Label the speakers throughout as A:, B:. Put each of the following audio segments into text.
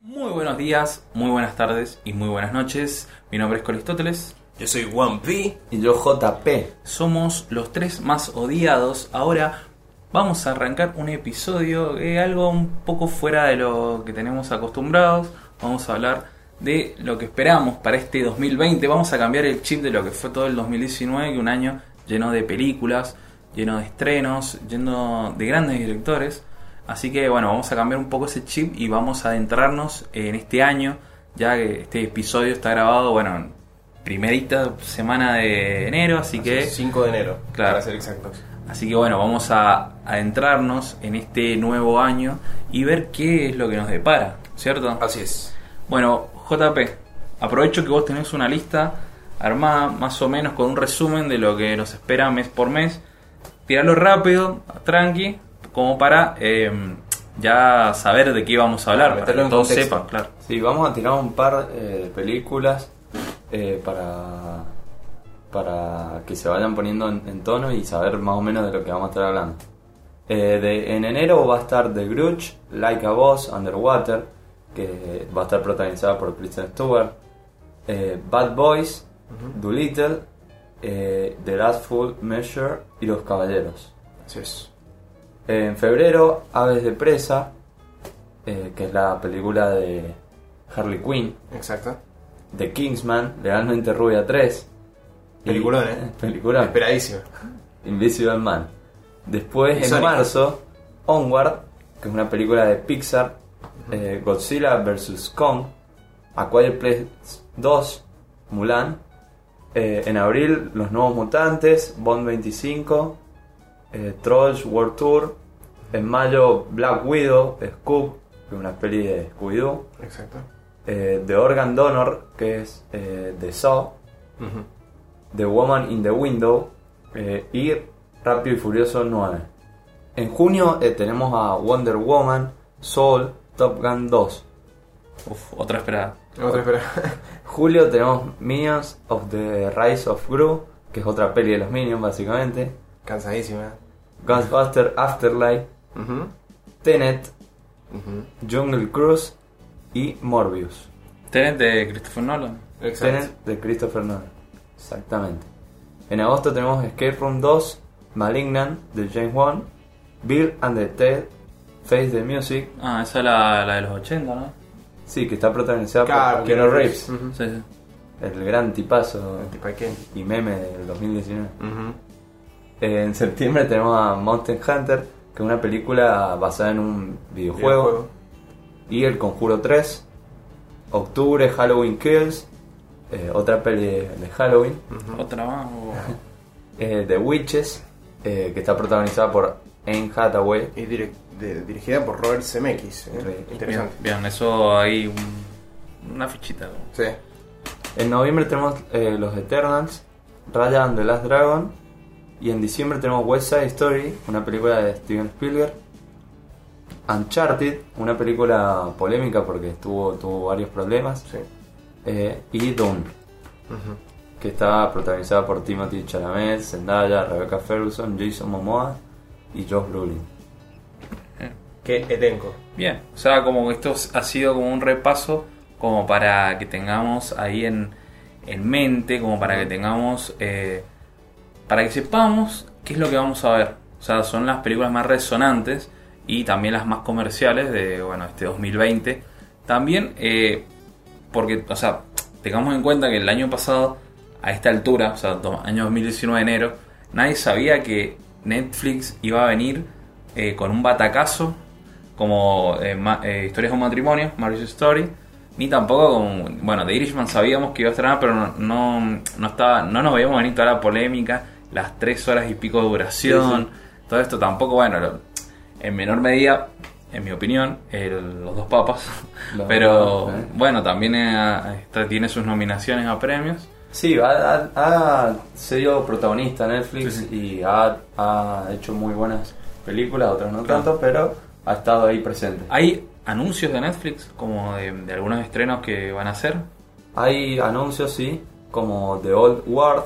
A: buenos días, muy buenas tardes y muy buenas noches. Mi nombre es Colistóteles.
B: Yo soy One P.
C: Y yo JP.
A: Somos los tres más odiados. Ahora vamos a arrancar un episodio de algo un poco fuera de lo que tenemos acostumbrados. Vamos a hablar de lo que esperamos para este 2020. Vamos a cambiar el chip de lo que fue todo el 2019, que un año lleno de películas, lleno de estrenos, lleno de grandes directores. Así que bueno, vamos a cambiar un poco ese chip y vamos a adentrarnos en este año, ya que este episodio está grabado, bueno, en primerita semana de enero, así que...
B: 5 de enero,
A: Claro.
B: para ser exactos.
A: Así que bueno, vamos a adentrarnos en este nuevo año y ver qué es lo que nos depara, ¿cierto?
B: Así es.
A: Bueno, JP, aprovecho que vos tenés una lista armada más o menos con un resumen de lo que nos espera mes por mes. Tirarlo rápido, tranqui, como para eh, ya saber de qué vamos a hablar, para
B: Meterlo
A: que
B: en
A: todos
B: contexto.
A: sepan, claro.
C: Sí, vamos a tirar un par eh, de películas eh, para, para que se vayan poniendo en, en tono y saber más o menos de lo que vamos a estar hablando. Eh, de- en enero va a estar The Grudge, Like a Boss, Underwater, que va a estar protagonizada por Kristen Stewart, eh, Bad Boys, Doolittle, eh, The Last Full Measure y Los Caballeros.
B: Así es.
C: En febrero, Aves de Presa, eh, que es la película de Harley Quinn,
B: Exacto.
C: de Kingsman, Legalmente Rubia 3. y-
B: Peliculón, ¿eh?
C: Peliculón.
B: Esperadísimo.
C: Invisible Man. Después,
B: Y
C: en
B: Sonic.
C: marzo, Onward, que es una película de Pixar, eh, Godzilla vs. Kong, A Quiet Place 2, Mulan. eh, en abril, Los Nuevos Mutantes, Bond 25, eh, Trolls World Tour. En mayo, Black Widow, Scoop, que es una peli de Scooby-Doo.
B: Exacto.
C: eh, The Organ Donor, que es eh, The Saw.
B: Ujú.
C: The Woman in the Window eh, y Rápido y Furioso 9. En junio eh, tenemos a Wonder Woman, Soul, Top Gun 2.
A: Uf, otra esperada.
B: Otra espera.
C: Julio tenemos Minions of the Rise of Gru, que es otra peli de los Minions básicamente.
B: Cansadísima.
C: Ghostbuster Afterlife,
B: Ujú.
C: Tenet,
B: Ujú.
C: Jungle Cruise y Morbius.
A: Tenés de Christopher Nolan.
B: Exacto.
C: Tenet de Christopher Nolan. Exactamente. En agosto tenemos Escape Room 2, Malignant de James Wan, Bill and the Ted, Face the Music,
A: Ah, esa es la, la de los 80, ¿no?
C: sí, que está protagonizada
B: Claro,
C: por Keanu Reeves,
B: Ujú.
A: Sí, sí.
C: el gran tipazo
B: Antipaquén.
C: y meme del 2019.
B: Ujú.
C: Eh, En septiembre tenemos a Mountain Hunter, que es una película basada en un videojuego,
B: Videojuego.
C: y El Conjuro 3. Octubre, Halloween Kills, eh, otra peli de- de Halloween.
A: Otra más. o-
C: eh, The Witches, eh, que está protagonizada por Anne Hathaway.
B: Y direc- de- dirigida por Robert Zemeckis. ¿eh?
C: Sí.
A: Bien,
B: Interesante.
A: bien, eso ahí. un- Una fichita.
B: Sí.
C: En noviembre tenemos eh, Los Eternals, Raya and the Last Dragon. Y en diciembre tenemos West Side Story, una película de Steven Spielberg. Uncharted, una película polémica porque estuvo, tuvo varios problemas.
B: Sí.
C: Eh, y Dune,
B: Ujú.
C: que está protagonizada por Timothy Chalamet, Zendaya, Rebecca Ferguson, Jason Momoa y Josh Brolin.
B: Qué elenco.
A: Bien, o sea, como que esto ha sido como un repaso, como para que tengamos ahí en, en mente, como para que tengamos, eh, para que sepamos qué es lo que vamos a ver. O sea, son las películas más resonantes y también las más comerciales de, bueno, este 2020. También, eh, porque, o sea, tengamos en cuenta que el año pasado, a esta altura, o sea, do- año 2019 de enero, nadie sabía que Netflix iba a venir eh, con un batacazo como eh, ma- eh, Historias de un matrimonio, Marriage Story, ni tampoco con, bueno, de Irishman sabíamos que iba a estrenar, pero no, no, no estaba, no nos veíamos venir toda la polémica, las tres horas y pico de duración, todo esto tampoco, bueno, lo- en menor medida, en mi opinión, el- los dos papas,
C: Los
A: pero
C: dos papas, ¿eh?
A: bueno, también eh, está- tiene sus nominaciones a premios.
C: Sí, ha, ha- ha sido protagonista Netflix
A: Sí,
C: y ha, ha hecho muy buenas películas, otras no
A: Claro.
C: tanto, pero ha estado ahí presente.
A: Hay anuncios de Netflix, como de, de algunos estrenos que van a hacer.
C: Hay anuncios, sí, como The Old World,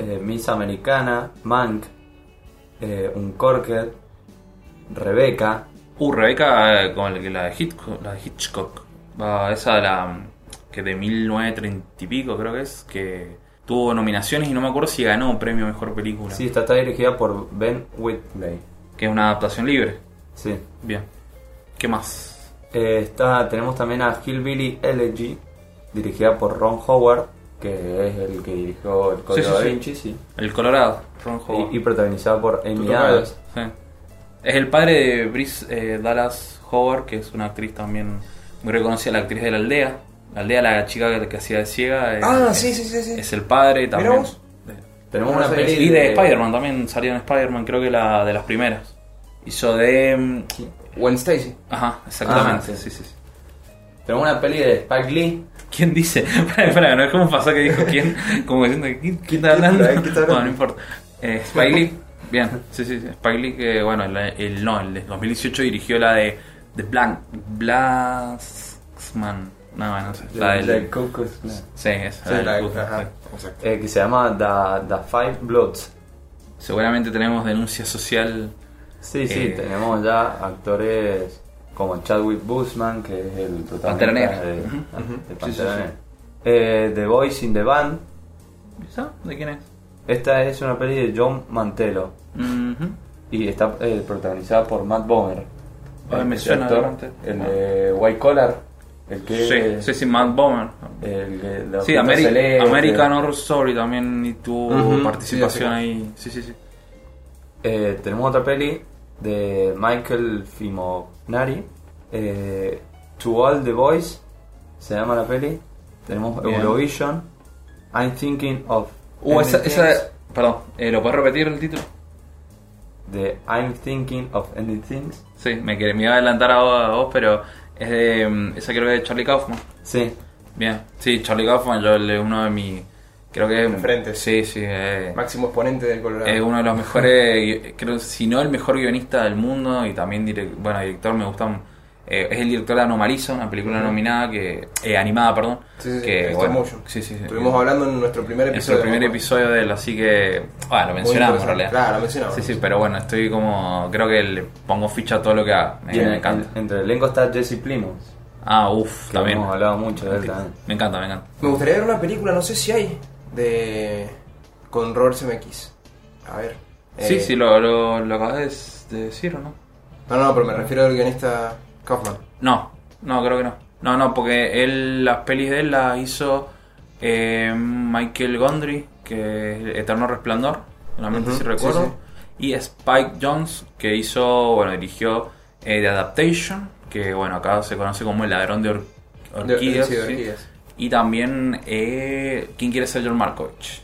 C: eh, Miss Americana, Mank, eh, Uncorked, Rebeca,
A: Uh, Rebeca, eh, con el- la de Hitchcock. La de Hitchcock. Ah, esa de la. que de 1930 y pico, creo que es, que tuvo nominaciones y no me acuerdo si ganó premio a mejor película.
C: Sí, esta está dirigida por Ben Whitley.
A: Que es una adaptación libre.
C: Sí.
A: Bien. ¿Qué más?
C: Eh, está, tenemos también a Hillbilly Elegy, dirigida por Ron Howard, que es el que dirigió El Código
A: Sí, sí,
C: da
A: sí.
C: Vinci, sí.
A: El Colorado, Ron Howard.
C: Y, y protagonizada por
B: Tú
C: Amy
B: tocas.
C: Adams.
A: Sí. Es el padre de Brice eh, Dallas Howard, que es una actriz también muy reconocida, la actriz de la aldea. La aldea, la chica que, que hacía de ciega. eh,
B: Ah,
A: es,
B: sí, sí, sí, sí.
A: Es el padre también.
B: vos.
C: Tenemos
B: No
C: una
B: sé,
C: peli
A: Y de Spider-Man también, salió en Spider-Man, creo que la de las primeras. Hizo de. mm,
B: Gwen Stacy.
A: Ajá, exactamente. sí,
C: Ah, sí.
A: sí, sí.
C: Tenemos una peli de Spike Lee.
A: ¿Quién dice? Espera, espera, no es como pasó que dijo quién. Como diciendo, ¿quién, quién está
B: ¿Quién
A: hablando?
B: está- quién está hablando?
A: Bueno, no importa. Eh, Spike Lee, bien, sí, sí, sí. Spike Lee, que bueno, el, el- no, el de 2018 dirigió la de, de Blank, Blasman. No, bueno, no sé. La
C: de-
A: del.
C: de Cuckoo's Nest.
A: Sí, esa,
B: Sí,
A: la
B: la-
A: del. Cujo, sí.
B: ajá, exacto.
C: Eh, que se llama The, The Five Bloods.
A: Seguramente tenemos denuncia social.
C: Sí, sí,
A: Eh.
C: tenemos ya actores como Chadwick Boseman, que es el
A: Pantera
C: protagonista
A: Negra.
C: de,
A: Ujú,
C: ah,
B: ujú.
C: de
A: Sí,
C: Pantera
A: sí, sí.
C: Negra. Eh, The Voice in the Band.
A: ¿Esa? ¿De quién es?
C: Esta es una peli de John Mantello
A: Mhm.
C: y está eh, protagonizada por Matt Bomer.
A: Ay, me
C: Ese
A: suena de
C: actor,
A: Mantello.
C: El de White Collar, el que
A: Sí, sí, sí, Matt Bomer.
C: el que- la
A: Sí,
C: Punta
A: Ameri-
C: Celeste.
A: American Horror Story también y tuvo
B: Ujú,
A: participación
B: sí,
A: ahí. Sí, sí, sí.
C: Eh, tenemos otra peli de Michael Fimonari. Eh, to All the Boys se llama la peli. Tenemos
A: Bien.
C: Eurovision. I'm thinking of.
A: Uh, esa,
C: Ending
A: esa,
C: Things,
A: perdón, eh, ¿lo puedes repetir el título?
C: De I'm thinking of ending things.
A: Sí, me, quer- me iba a adelantar a vos, a vos, pero es de, mm, esa creo que es de Charlie Kaufman.
C: Sí.
A: Bien, sí, Charlie Kaufman, yo le uno de mis, creo que es...
B: Referentes.
A: Sí, sí, eh,
B: Máximo exponente del Colorado.
A: es uno de los mejores, gui- creo, si no el mejor guionista del mundo y también direc- bueno, director, me gustan... eh, es el director de Anomaliza, una película nominada que... eh, animada, perdón.
B: Sí, sí, sí,
A: que,
B: está mucho.
A: sí, sí, sí.
B: Estuvimos hablando en nuestro primer
A: Es
B: episodio.
A: el primer episodio de él, así que. Ah, lo mencionamos en
B: interesante.
A: realidad.
B: Claro, lo mencionamos.
A: Sí, sí, pero bueno, estoy como. Creo que le pongo ficha a todo lo que haga. Me,
C: Tiene-
A: me encanta.
C: en- entre el elenco está Jesse Plimons.
A: Ah, uff,
C: que
A: también.
C: Hemos hablado mucho de él también.
A: Me encanta, me encanta.
B: Me gustaría ver una película, no sé si hay, de. con Robert Zemeckis. A ver. eh,
A: Sí, sí, lo, lo, lo acabas de decir, ¿o no?
B: No, no, pero me refiero al guionista Kaufman.
A: No, no, creo que no. No, no, porque él, las pelis de él las hizo eh, Michael Gondry, que es Eterno Resplandor, solamente
B: Ujú,
A: si
B: sí,
A: recuerdo. Y Spike Jones, que hizo, bueno, dirigió eh, The Adaptation, que bueno, acá se conoce como El Ladrón de Or-
B: De- eh,
A: Orquídeas.
B: sí, de
A: ¿sí?
B: Orquídeas.
A: Y también eh, ¿Quién quiere ser John Markovich?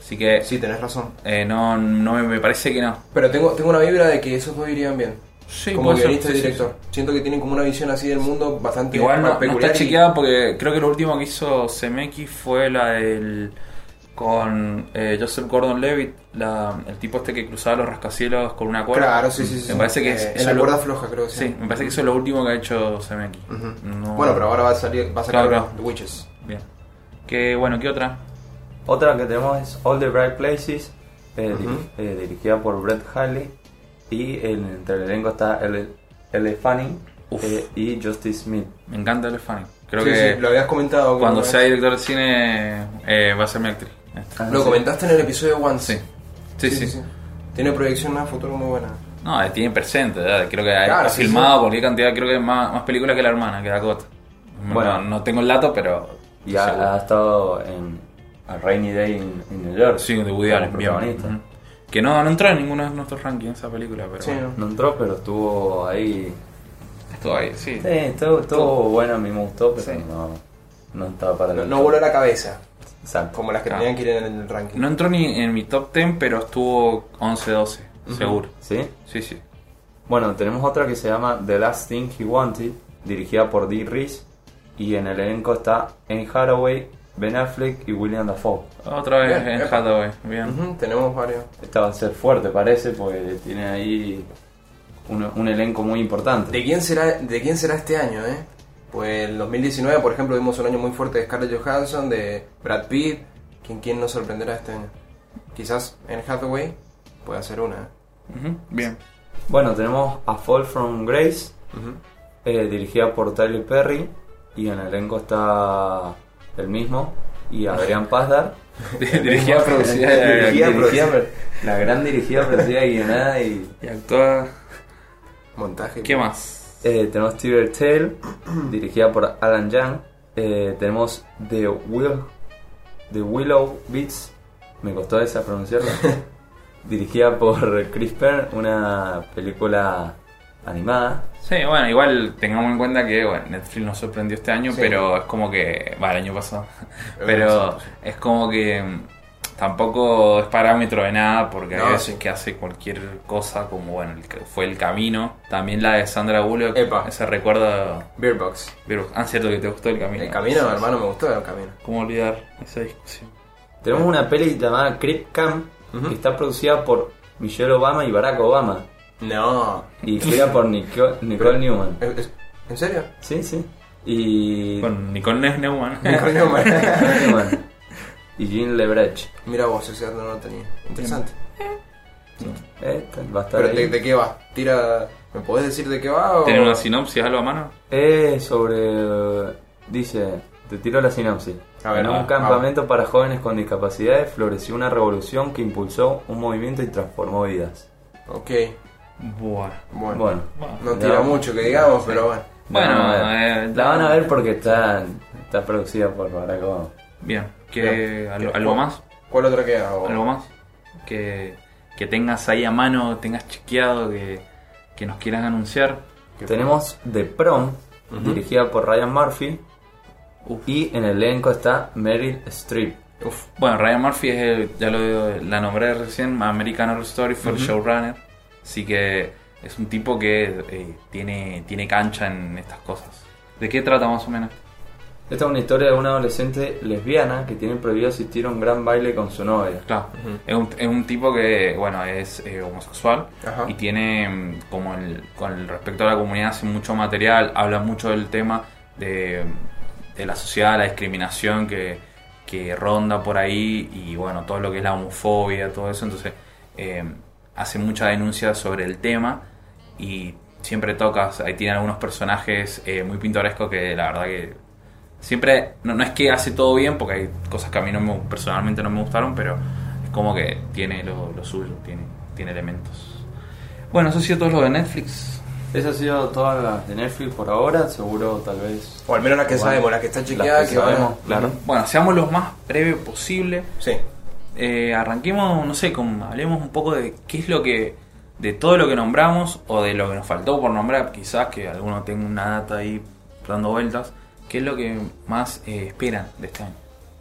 A: Así que
B: Sí, tenés razón.
A: eh, no, no me, me parece que no.
B: Pero tengo, tengo una vibra de que esos dos irían bien.
A: Sí,
B: como
A: puede ser,
B: guionista
A: sí,
B: y
A: sí,
B: director. Siento que tienen como una visión así del mundo bastante
A: Igual no, no
B: peculiar.
A: está
B: y-
A: chequeada porque creo que lo último que hizo Zemeckis fue la del. con eh, Joseph Gordon Levitt, el tipo este que cruzaba los rascacielos con una cuerda.
B: Claro, sí, sí, sí.
A: Me
B: sí.
A: parece que
B: Eh,
A: es-
B: en
A: eso
B: la
A: lo-
B: cuerda floja, creo que
A: Sí, me parece que eso es lo último que ha hecho Zemeckis.
B: Ujú.
A: No-
B: Bueno, pero ahora va a salir, va a sacar
A: Claro.
B: The Witches.
A: Bien. Que bueno, ¿qué otra?
C: Otra que tenemos es All the Bright Places, eh,
B: Ujú.
C: diri- eh, dirigida por Brett Haley. Y el- entre el elenco está L. L. Fanning
A: Uf.
C: eh, y Justice Smith.
A: Me encanta el Fanning. Creo
B: Sí,
A: que
B: sí, lo habías comentado. creo
A: cuando
B: que-
A: sea director de cine eh, va a ser mi actriz. Esta.
C: Ah,
B: Lo
C: sí.
B: comentaste en el episodio One.
A: Sí. Sí, sí.
B: Tiene proyección a futuro muy buena.
A: No, eh, tiene presente, ¿verdad? creo que ha-
B: Claro,
A: ha
B: sí,
A: filmado cualquier cantidad, creo que más, más películas que la hermana, que Dakota. Bueno,
C: Bueno.
A: no, tengo el dato, pero...
C: Y ha, ha
A: seguro.
C: estado en a Rainy Day en, en New York.
A: Sí, de Woody
C: como
A: Allen, bien.
C: protagonista.
A: Ujú. Que no, no entró en ninguno de nuestros rankings esa película, pero
B: Sí,
A: bueno,
B: ¿no?
C: No entró, pero estuvo ahí.
A: estuvo ahí, sí.
C: Sí, estuvo, estuvo bueno, a mí me gustó, pero
A: Sí.
C: no, no estaba para
B: No,
C: el-
B: no voló la cabeza,
C: Exacto.
B: como las que
A: Ah.
B: tenían que ir en el ranking.
A: No entró ni en mi top 10, pero estuvo 11-12, seguro.
C: ¿Sí?
A: Sí, sí.
C: Bueno, tenemos otra que se llama The Last Thing He Wanted, dirigida por Dee Reese, y en el elenco está Anne Hathaway, Ben Affleck y William Dafoe.
A: Otra vez
B: Bien,
A: en
B: epa.
A: Hathaway, bien.
B: Ujú, tenemos varios.
C: Esta va a ser fuerte, parece, porque tiene ahí un, un elenco muy
B: ¿De
C: importante.
B: quién será, de quién será este año, eh? Pues el 2019, por ejemplo, vimos un año muy fuerte de Scarlett Johansson, de Brad Pitt. ¿Quién, quién nos sorprenderá este año? Quizás en Hathaway pueda ser una. ¿eh?
A: Ujú, Bien.
C: Bueno, tenemos A Fall From Grace,
B: Ujú.
C: eh, dirigida por Tyler Perry, y en el elenco está el mismo y Adrián Pazdar.
A: Dirigida, producida
C: Dirigida,
A: y-
C: producida, pero- la gran dirigida, producida y guionada y...
A: y actúa.
B: Montaje.
A: ¿Qué más?
C: Eh, tenemos Tiger Tail, dirigida por Alan Young. Eh, tenemos The, Will, The Willow Beats, me costó esa pronunciarla. dirigida por Chris Penn, una película animada.
A: Sí, bueno, igual tengamos en cuenta que bueno, Netflix nos sorprendió este año,
B: Sí.
A: pero es como que. Va, el año pasado.
B: El año
A: pero
B: pasado,
A: es como que. mm, Tampoco es parámetro de nada, porque
B: No,
A: hay veces
B: sí.
A: que hace cualquier cosa, como bueno, el que fue el camino. También la de Sandra Bullock,
B: Epa.
A: ese recuerdo.
B: Beer Box.
A: Pero, ah, cierto que te gustó el camino.
B: El camino, hermano, me gustó el camino.
A: ¿Cómo olvidar esa discusión?
C: Tenemos una peli llamada Creep Camp,
B: Ujú.
C: que está producida por Michelle Obama y Barack Obama.
B: No.
C: Y escrita por Nico- Nicole Newman.
B: ¿En, en- en serio?
C: Sí, sí. Y...
A: Con Nicole Neumann.
B: Nicole Neumann.
C: Nicole Newman. Y Jean Lebrecht.
B: Mira vos, ese dato no lo tenía. Interesante.
C: Eh, va a estar
B: Pero de,
C: ahí.
B: de qué va? Tira. ¿Me podés decir de qué va? O...
A: ¿Tiene una sinopsis algo a mano?
C: Eh, sobre... eh, Dice, te tiro la sinopsis.
B: A ver,
C: en
B: a
C: un
B: ver.
C: campamento para jóvenes con discapacidades floreció una revolución que impulsó un movimiento y transformó vidas.
B: Ok,
A: Buah.
B: bueno.
C: Bueno,
B: No tira mucho que digamos, pero bueno.
A: Bueno,
C: la van a ver.
A: eh,
C: la van a ver porque está, está producida por Barack Obama.
A: Bien. ¿Qué,
B: Bien.
A: algo,
B: ¿Qué-
A: algo
B: o-
A: más?
B: ¿Cuál otra queda? O-
A: ¿Algo más? Que, que tengas ahí a mano, tengas chequeado, que, que nos quieras anunciar.
B: ¿Qué-
C: Tenemos The Prom, dirigida por Ryan Murphy.
A: Uf.
C: Y en el elenco está Meryl Streep.
B: Uf,
A: Bueno, Ryan Murphy es, el- ya lo la nombré recién, American Horror Story for Showrunner. Así que es un tipo que eh, tiene, tiene cancha en estas cosas. ¿De qué trata más o menos?
C: Esta es una historia de una adolescente lesbiana que tiene prohibido asistir a un gran baile con su novia.
A: Claro,
B: Ujú.
A: es, un, es un tipo que, bueno, es eh, homosexual
B: Ajá.
A: y tiene, mm, como el, con el respecto a la comunidad, hace mucho material, habla mucho del tema de, de la sociedad, la discriminación que, que ronda por ahí y, bueno, todo lo que es la homofobia, todo eso. Entonces, eh, hace mucha denuncia sobre el tema y siempre tocas, ahí tiene algunos personajes eh, muy pintorescos que la verdad que siempre no, no es que hace todo bien porque hay cosas que a mí no me, personalmente no me gustaron pero es como que tiene lo, lo suyo tiene tiene elementos bueno eso ha sido todo lo de Netflix
C: Esa ha sido todas las de Netflix por ahora, seguro tal vez.
B: O al menos las que
C: Bueno,
B: sabemos, las que está chequeada,
C: las
B: que, van a-
C: sabemos, claro.
A: bueno seamos lo más breve posible
B: Sí.
A: Eh, arranquemos no sé con, hablemos un poco de qué es lo que de todo lo que nombramos o de lo que nos faltó por nombrar quizás que alguno tenga una data ahí dando vueltas qué es lo que más eh, esperan de este año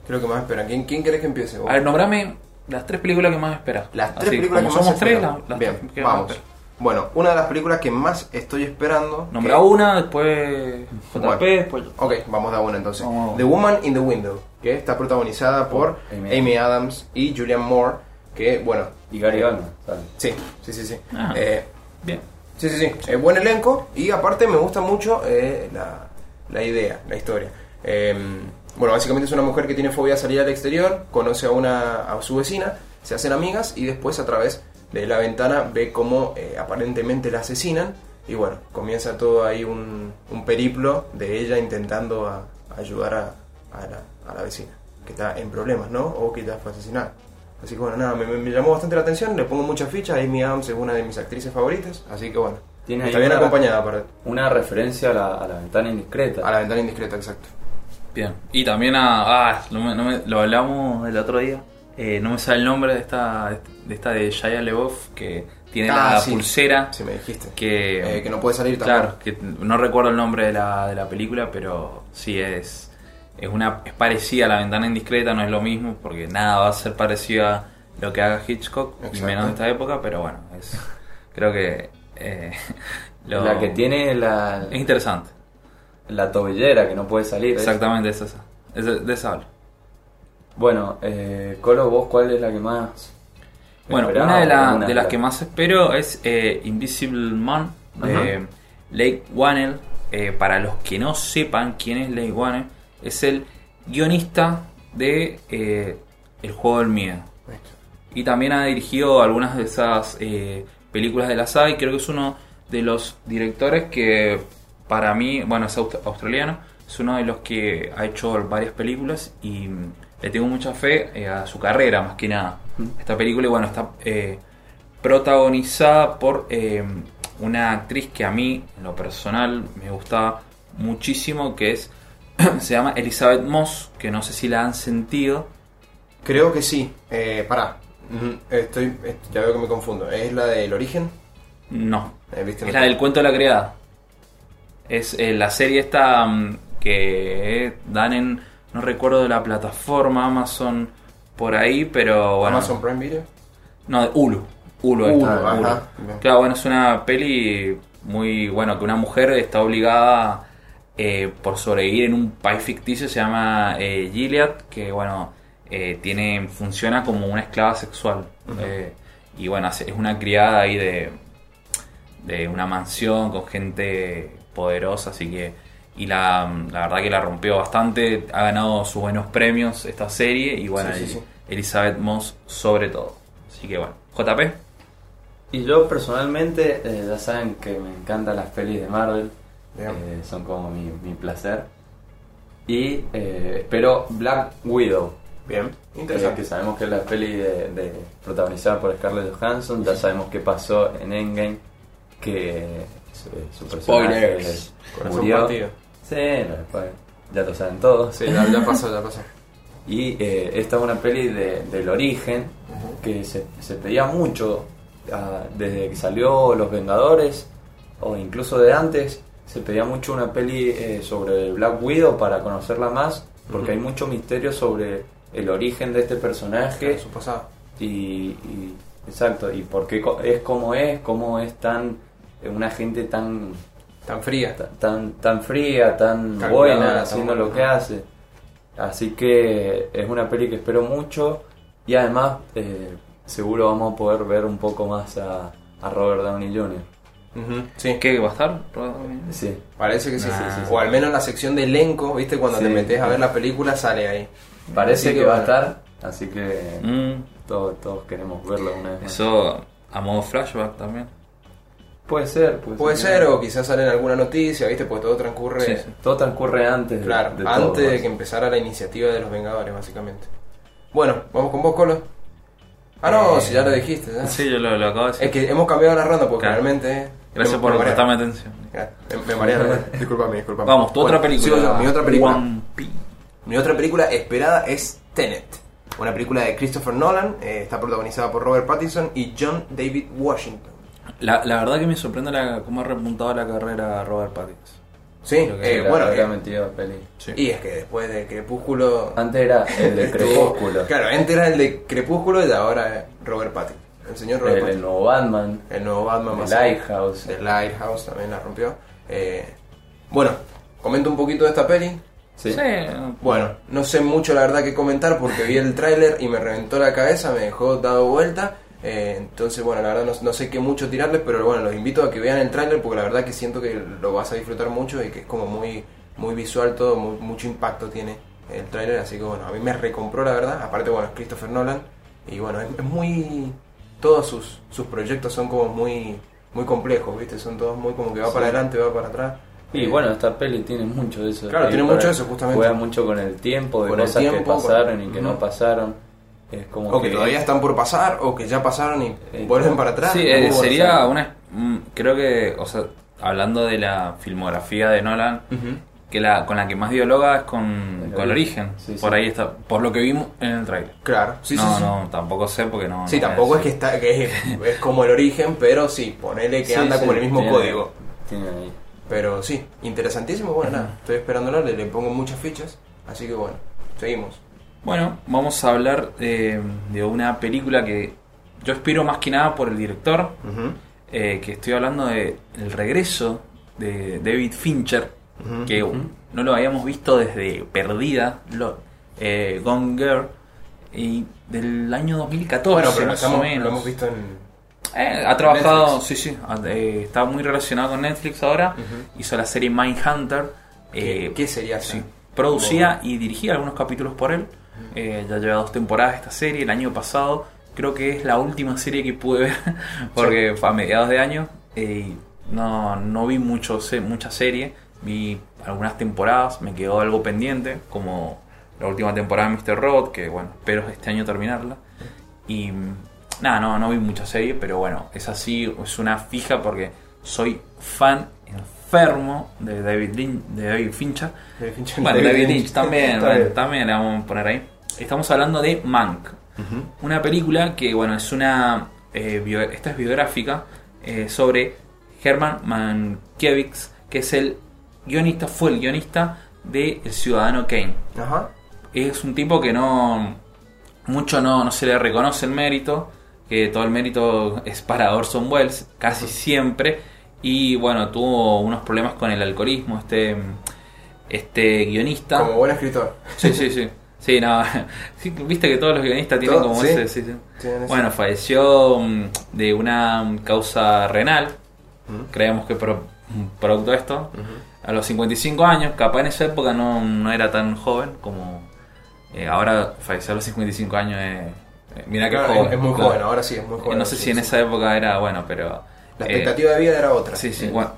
B: Creo que más esperan. ¿Quién, quién querés que empiece? vos?
A: A ver, nombrame las tres películas que más esperas.
B: Las tres
A: Así,
B: películas que
A: como
B: más
A: somos tres,
B: esperan.
A: la- las
B: Bien,
A: tres que más
B: vamos.
A: esperas.
B: Bueno, una de las películas que más estoy esperando.
A: Nombra
B: que-
A: una, después JP,
B: Bueno.
A: después yo.
B: Ok, vamos de a una entonces.
A: Vamos a una.
B: The Woman in the Window, que está protagonizada por
C: Amy
B: Amy, Adams y Julian Moore, que bueno,
C: Y Gary Oldman, ¿sabes?
B: sí, sí, sí, sí.
A: Ah.
B: Eh,
A: Bien.
B: Sí, sí, sí. Eh, buen elenco y aparte me gusta mucho eh, la, la idea, la historia. Eh, bueno, básicamente es una mujer que tiene fobia a salir al exterior, conoce a, una, a su vecina, se hacen amigas y después a través de la ventana ve cómo eh, aparentemente la asesinan y bueno, comienza todo ahí un, un periplo de ella intentando a- ayudar a, a la, a la vecina, que está en problemas, ¿no? O que ya fue asesinada. Así que bueno, nada, me, me- me llamó bastante la atención, le pongo muchas fichas, Amy Adams es una de mis actrices favoritas, así que bueno.
C: Tiene
B: Está
C: ahí
B: bien
C: una-
B: acompañada, aparte.
C: Una referencia a la, a la ventana indiscreta.
B: A la ventana indiscreta, exacto.
A: Bien. Y también a. Ah, no me- no me- lo hablamos el otro día. Eh, no me sale el nombre de esta de esta de Shia LeBoff que tiene
B: Ah,
A: la
B: sí.
A: pulsera
B: Si me dijiste.
A: que
B: Eh, que no puede salir tampoco.
A: Claro, que no recuerdo el nombre de la, de la película, pero sí es. Es, una, es parecida a la ventana indiscreta, no es lo mismo, porque nada va a ser parecido a lo que haga Hitchcock, y
B: Exacto.
A: menos en esta época, pero bueno, es, creo que. eh, lo-
C: La que tiene la,
A: Es interesante,
C: la tobillera que no puede salir. ¿eh?
A: exactamente, es esa. Es de, de esa hablo.
C: Bueno, eh, Colo, ¿vos cuál es la que más...
A: Bueno,
C: esperás
A: una de,
C: o
A: la-
C: alguna
A: de las
C: la-
A: que más espero es eh, Invisible Man de Lake Wannell. Eh, para los que no sepan quién es Lake Wannell, es el guionista de eh, El juego del miedo. Y también ha dirigido algunas de esas eh, películas de la saga y creo que es uno de los directores que para mí, bueno, es aust- australiano, es uno de los que ha hecho varias películas y mm, le tengo mucha fe eh, a su carrera, más que nada.
C: Mm.
A: Esta película, bueno, está eh, protagonizada por eh, una actriz que a mí, en lo personal, me gustaba muchísimo, que es se llama Elizabeth Moss, que no sé si la han sentido.
B: Creo que sí. Eh, pará. Ujú, Estoy, est- ya veo que me confundo. ¿Es la del origen?
A: No,
B: Eh, ¿Viste?
A: Es la del cuento de la criada. Es eh, la serie esta mm, que eh, dan en. No recuerdo la plataforma, Amazon, por ahí, pero bueno.
B: Amazon Prime Video.
A: No, de Hulu. Hulu, ahí
B: Hulu,
A: está,
B: ajá,
A: Hulu.
B: bien.
A: Claro, bueno, es una peli muy. Bueno, que una mujer está obligada eh, por sobrevivir en un país ficticio, se llama eh, Gilead, que bueno, eh, tiene funciona como una esclava sexual. Eh, y bueno, hace- es una criada ahí de, de una mansión con gente poderosa, así que. Y la, la verdad que la rompió bastante, ha ganado sus buenos premios esta serie y bueno,
B: Sí, sí, sí.
A: Elizabeth Moss sobre todo. Así que bueno, JP,
C: Y yo personalmente, eh, ya saben que me encantan las pelis de Marvel,
B: Bien.
C: eh, son como mi, mi placer. Y eh, espero Black Widow,
B: Bien.
A: eh,
C: que, Eh, que
B: Interesante.
C: sabemos que es la peli de, de- protagonizada por Scarlett Johansson, ya sabemos qué pasó en Endgame, que su, su personaje
A: Spoilers.
B: Corazón
C: murió.
B: partido.
C: Sí, no, spoiler. ya lo saben todos.
B: Sí, ya, ya pasó, ya pasó.
C: Y eh, esta es una peli de- del origen que se, se pedía mucho ah, desde que salió Los Vengadores o incluso de antes. Se pedía mucho una peli eh, sobre Black Widow para conocerla más porque hay mucho misterio sobre el origen de este personaje
B: Su pasado.
C: y, y- exacto y por qué co- es como es, cómo es tan una gente tan
B: Tan fría.
C: ta- tan, tan fría, tan
B: Calculadora,
C: buena,
B: tan
C: haciendo
B: buena.
C: lo que hace. Así que es una peli que espero mucho y además eh, seguro vamos a poder ver un poco más a, a Robert Downey Jr.
B: Ujú, Sí.
A: ¿qué va a estar? Mm,
C: Sí,
B: Parece que sí.
A: Nah. Sí, sí, sí.
B: O al menos la sección de elenco, ¿viste? Cuando
C: Sí.
B: te metes a ver la película, sale ahí.
C: parece
B: Así
C: que va a
B: bueno.
C: estar, así que
A: Mm,
C: todos, todos queremos verlo una vez más.
A: eso a modo flashback también.
C: Puede ser,
B: Puede ser, o quizás sale en alguna noticia, ¿viste? Porque todo transcurre.
A: Sí, sí.
C: Todo transcurre antes de-
B: Claro,
C: de
B: antes
C: todo,
B: de que empezara la iniciativa de los Vengadores, básicamente. Bueno, vamos con vos, Colo. Ah, no,
C: Eh,
B: si ya lo dijiste. ¿eh?
A: Ah, Sí, yo lo, lo acabo de decir.
B: Es que hemos cambiado la ronda porque
A: Claro.
B: realmente.
A: Gracias
B: me-
A: por
B: me mareé.
A: prestarme atención.
B: Me, me mareé, ¿no? disculpame, disculpame.
A: Vamos, tu otra
B: Bueno,
A: película.
B: sigo yo, mi otra película.
A: One Piece.
B: Mi otra película esperada es Tenet, una película de Christopher Nolan, eh, está protagonizada por Robert Pattinson y John David Washington.
A: La, la verdad que me sorprende la, cómo ha repuntado la carrera Robert Pattinson.
B: Sí,
C: Creo que
B: eh,
C: era-
B: bueno,
C: era
B: eh,
C: metido la peli.
B: y es que después de Crepúsculo...
C: Antes era el de
B: estuvo-
C: Crepúsculo,
B: Claro, antes era el de Crepúsculo y ahora eh, Robert Pattinson, el señor
C: el,
B: Robert
C: el
B: Pattinson.
C: nuevo Batman,
B: El nuevo Batman.
C: The
B: más allá.
C: Lighthouse.
B: The Lighthouse también la rompió. Eh, bueno, comento un poquito de esta peli.
C: Sí.
B: Bueno, no sé mucho la verdad que comentar porque vi el tráiler y me reventó la cabeza, me dejó dado vuelta. Eh, entonces, bueno, la verdad no, no sé qué mucho tirarles, pero bueno, los invito a que vean el tráiler porque la verdad que siento que lo vas a disfrutar mucho y que es como muy, muy visual todo, mu- mucho impacto tiene el tráiler, así que bueno, a mí me recompró la verdad. Aparte, bueno, es Christopher Nolan y bueno, es, es muy... Todos sus, sus proyectos son como muy, muy complejos, ¿viste? Son todos muy como que va para adelante, va para atrás.
C: Y
B: Eh,
C: bueno, esta peli tiene mucho de eso.
B: Claro,
C: Y
B: tiene
C: para-
B: mucho de eso, justamente.
C: Juega mucho con el tiempo, de
B: Con el
C: cosas
B: tiempo,
C: que
B: con-
C: pasaron y que
B: Ujú.
C: no pasaron. Es como
B: O que todavía están por pasar, o que ya pasaron y
C: Eh,
B: vuelven para atrás.
A: Sí,
B: Muy
A: eh,
B: bueno,
A: sería
B: ¿sabes?
A: una. mm, Creo que, o sea, hablando de la filmografía de Nolan,
B: Ujú.
A: que la con la que más dialoga es con con
C: El
A: el,
C: origen.
A: origen.
C: Sí, sí.
A: por ahí está, por lo que vimos en el trailer.
B: Claro, sí,
A: no,
B: sí, sí.
A: no, tampoco sé porque no. no
B: Sí,
A: eh,
B: tampoco
A: sé.
B: es que está que es, es como el origen, pero sí, ponele que
C: Sí,
B: anda
C: sí,
B: como el mismo
C: tiene-
B: código.
C: Tiene ahí.
B: Pero sí, interesantísimo, bueno, nada, estoy esperándolo, le, le pongo muchas fichas, así que bueno, seguimos.
A: Bueno, vamos a hablar eh, de una película que yo espero más que nada por el director,
B: Ujú,
A: eh, que estoy hablando de El regreso de David Fincher,
B: ujú.
A: que no lo habíamos visto desde Perdida, lo, eh, Gone Girl, y del año 2014
B: Bueno, pero lo,
A: más o
B: estamos-
A: menos.
B: lo hemos visto en...
A: Eh, ha trabajado,
B: Netflix.
A: sí, sí, ha- eh, está muy relacionado con Netflix ahora.
B: Ujú.
A: Hizo la serie Mindhunter.
B: ¿Qué,
A: eh,
B: qué sería
A: sí,
B: así?
A: producía y dirigía algunos capítulos por él. Eh, ya lleva dos temporadas esta serie. El año pasado creo que es la última serie que pude ver porque fue a mediados de año. eh, y no, no vi mucho, se- mucha serie. vi algunas temporadas, me quedó algo pendiente, como la última temporada de Mr. Robot, que bueno, espero este año terminarla. Y mm, nada, no, no vi mucha serie, pero bueno, es así, es una fija porque soy fan enfermo de David, Lin- de David Fincher.
B: David Fincher.
A: Bueno, David, Lynch, también,
B: Está bien.
A: también le vamos a poner ahí. Estamos hablando de Mank, una película que, bueno, es una. eh, bio- esta es biográfica eh, sobre Herman Mankiewicz, que es el guionista, fue el guionista de El Ciudadano Kane.
B: Ajá.
A: Es un tipo que no. Mucho no, no se le reconoce el mérito, que todo el mérito es para Orson Welles, casi siempre. Y bueno, tuvo unos problemas con el alcoholismo, este. Este guionista.
B: Como buen escritor.
A: Sí, sí, sí. Sí, no. sí, Viste que todos los guionistas tienen
B: Todo,
A: como
B: sí.
A: ese. sí, sí.
B: Tiene ese-
A: Bueno, falleció mm, de una mm, causa renal.
B: Ujú.
A: Creemos que pro- mm, producto de esto.
B: Ujú.
A: A los 55 años, capaz en esa época no, no era tan joven como. eh, ahora falleció a los 55 años. Eh, eh, mira que
B: Claro,
A: joven.
B: es, es muy
A: claro.
B: joven, ahora sí, es muy
A: Eh,
B: joven.
A: no sé
B: sí,
A: si en
B: sí.
A: esa época era bueno, pero.
B: La
A: eh,
B: expectativa de vida era otra.
A: Sí, sí,
B: Eh,
A: bueno.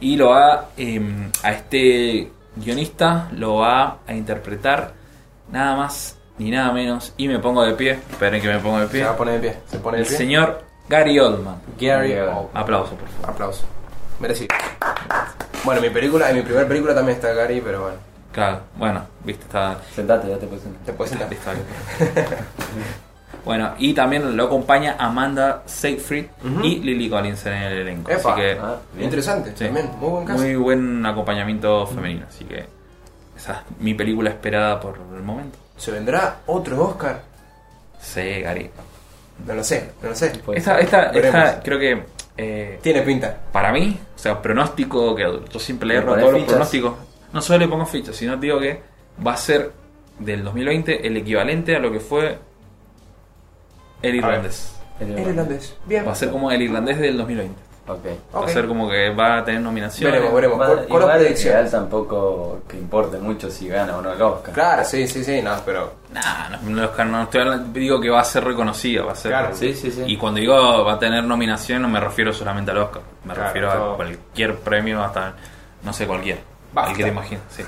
A: Y lo va eh, a este guionista lo va a interpretar nada más ni nada menos. Y me pongo de pie, esperen que me pongo de
B: Se
A: pie.
B: va a poner de pie. Se pone de
A: El
B: pie.
A: señor Gary Oldman.
B: Gary
C: Gary.
B: Oldman.
A: Aplauso, por favor.
B: Aplauso. Merecido. Bueno, mi película, en mi primera película también está Gary, pero bueno.
A: Claro, bueno, viste, está.
C: Sentate, ya te puedes sentar.
B: Te puedes sentar.
A: listo, ahí. bueno, y también lo acompaña Amanda Seyfried
B: Ujú.
A: y Lily Collins en el elenco.
B: Epa.
A: así que.
C: Ah, bien.
B: Interesante,
A: Sí.
B: también. Muy buen caso.
A: Muy buen acompañamiento femenino, así que esa es mi película esperada por el momento.
B: ¿Se vendrá otro Oscar?
A: Sí, Gary.
B: No lo sé, no lo sé.
C: Puede
A: Esta,
C: ser.
A: esta,
B: Veremos.
A: esta creo que eh,
B: Tiene pinta.
A: para mí, o sea, pronóstico que yo siempre le
C: ¿Le
A: erro a
C: ponés
A: todos los
C: fichas?
A: pronósticos. No solo le pongo fichas, sino digo que va a ser del 2020 el equivalente a lo que fue el
B: A ver.
A: irlandés.
B: El irlandés. Bien.
A: Va a ser como el irlandés del 2020.
C: Ok.
A: Va
B: Ok.
A: a ser como que va a tener nominaciones.
B: Veremos, veremos.
C: Va-
B: ¿Cuál- cuál es la
C: igual el
B: predicción?
C: ideal tampoco que importe mucho si gana o no el Oscar.
B: Claro, sí, sí, sí, no, pero.
A: Nah, no, no, Oscar, no estoy hablando- digo que va a ser reconocida, va a ser.
B: Claro.
C: Sí, sí, sí.
A: Y cuando digo va a tener nominación no me refiero solamente al Oscar, me
B: Claro,
A: refiero a
B: todo.
A: cualquier premio, hasta, no sé, cualquier.
B: Basta.
A: El que te imagines, sí.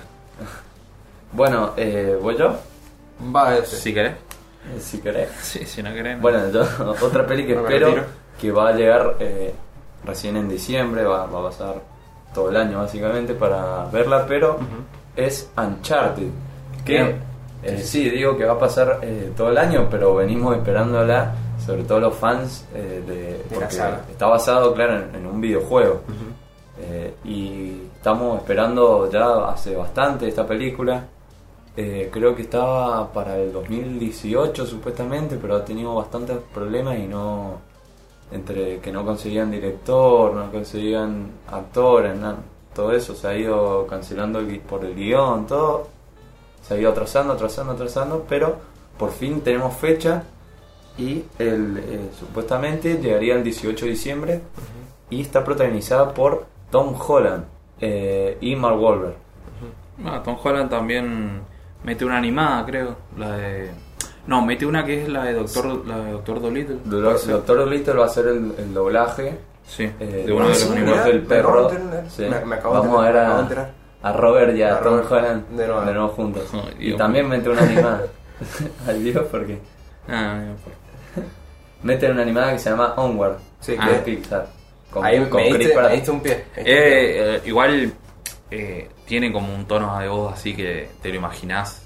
C: Bueno, eh, voy yo,
B: Va este. ese.
A: Si querés.
C: Eh, si querés.
A: Sí, si no querés. no.
C: Bueno, yo, otra peli que
B: Me
C: espero
B: retiro.
C: que va a llegar eh, recién en diciembre, va, va a pasar todo el año básicamente para verla, pero es Uncharted. Que
A: Bien.
C: eh, sí, digo que va a pasar eh, todo el año, pero venimos esperándola, sobre todo los fans, eh, de,
B: la
C: porque
B: saga.
C: está basado, claro, en, en un videojuego. Eh, y estamos esperando ya hace bastante esta película. Eh, creo que estaba para el 2018 supuestamente, pero ha tenido bastantes problemas y no. Entre que no conseguían director, no conseguían actores, na- todo eso se ha ido cancelando el gui- por el guión, todo. Se ha ido atrasando, atrasando, atrasando, pero por fin tenemos fecha y el, eh, supuestamente llegaría el 18 de diciembre y está protagonizada por Tom Holland eh, y Mark Wahlberg.
A: Ah, Tom Holland también mete una animada, creo. La de. No, mete una que es la de Doctor, la de Doctor Dolittle.
C: Dolor- Doctor Dolittle va a hacer el, el doblaje
A: Sí,
C: eh,
A: de uno de los
B: sí,
A: animales.
B: mira.
C: del
B: me
C: perro.
B: acabo de enterar.
C: Sí.
B: Me- me acabo de
C: Vamos a ver
B: enterar, me
C: a,
B: acabo de enterar.
C: a Robert y a,
B: A
C: Tom
B: Robert,
C: Holland
B: de nuevo.
C: juntos.
A: Ay,
C: y
A: Dios
C: también
A: mío.
C: mete una animada. Ay Dios, porque
A: Ah, no importa.
C: mete una animada que se llama Onward.
B: Sí,
C: que es
A: ah.
C: Pixar. Con,
B: Ahí
C: con
B: me diste,
C: Chris Pratt.
B: me diste un pie. Ahí está.
A: Eh, eh, igual eh, tiene como un tono de voz así que te lo imaginás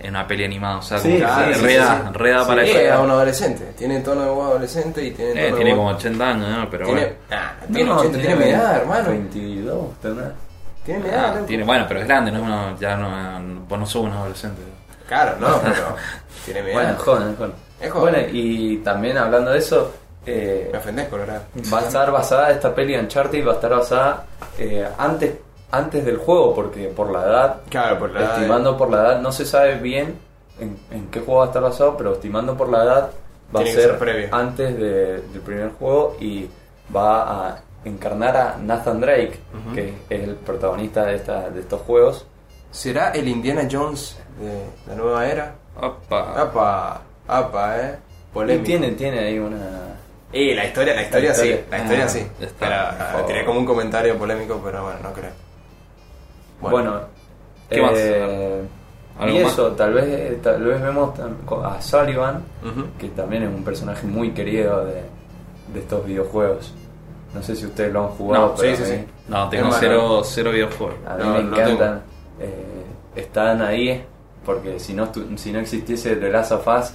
A: en una peli animada. O sea,
C: Sí,
A: como que
C: sí,
A: reda,
B: sí.
A: reda
B: Sí,
A: para
B: es
A: eso.
B: un adolescente. Tiene tono de voz adolescente y tiene.
A: Eh,
B: tono
A: tiene
B: de
A: como
B: voz-
A: 80 años, ¿no? pero
B: Tiene.
A: bueno.
B: Ah,
C: No,
B: tiene 80, tiene mi edad, hermano.
C: 22, tendrá.
B: Tiene mi
A: Ah,
B: edad, loco.
A: tiene, bueno, pero es grande, ¿no? Uno, ya no, no- vos no sos un adolescente.
B: Claro, no, pero. tiene mi
C: Bueno,
B: edad.
C: joven, joven.
B: Es joven.
C: Bueno, y también hablando de eso, eh,
B: Me ofendés, Colorado.
C: va a estar basada esta peli de Uncharted, va a estar basada eh, antes, antes del juego, porque por la edad,
B: Claro, por la edad de-
C: estimando por la edad, no se sabe bien en, en qué juego va a estar basado, pero estimando por la edad, va
B: Tiene
C: a
B: que
C: ser
B: ser previo.
C: antes de- del primer juego y va a encarnar a Nathan Drake,
B: Ujú.
C: que es el protagonista de, esta, de estos juegos.
B: ¿Será el Indiana Jones de la nueva era?
A: Opa.
B: Ah, Apa, apa, eh.
C: Y
B: Polémico.
C: tiene, tiene ahí una...
B: Eh, la historia, la historia
C: La
B: sí,
C: historia.
B: la historia
A: Ah,
B: sí.
A: ya está.
B: Pero, ah, tiré como un comentario polémico, pero bueno, no creo.
C: Bueno, eh,
A: ¿Qué más? ¿Algo
C: Y
A: más?
C: eso, tal vez, eh, tal vez vemos tam- a Sullivan,
B: Ujú.
C: que también es un personaje muy querido de, de estos videojuegos. No sé si ustedes lo han jugado,
A: No,
C: pero
B: sí,
C: a
B: sí,
C: mí-
B: sí.
A: No, tengo
B: Hermano.
A: cero, cero videojuegos.
C: a mí
B: Ah, No,
C: me
B: no
C: encantan. Eh, están ahí porque si no, estu- si no existiese The Last of Us,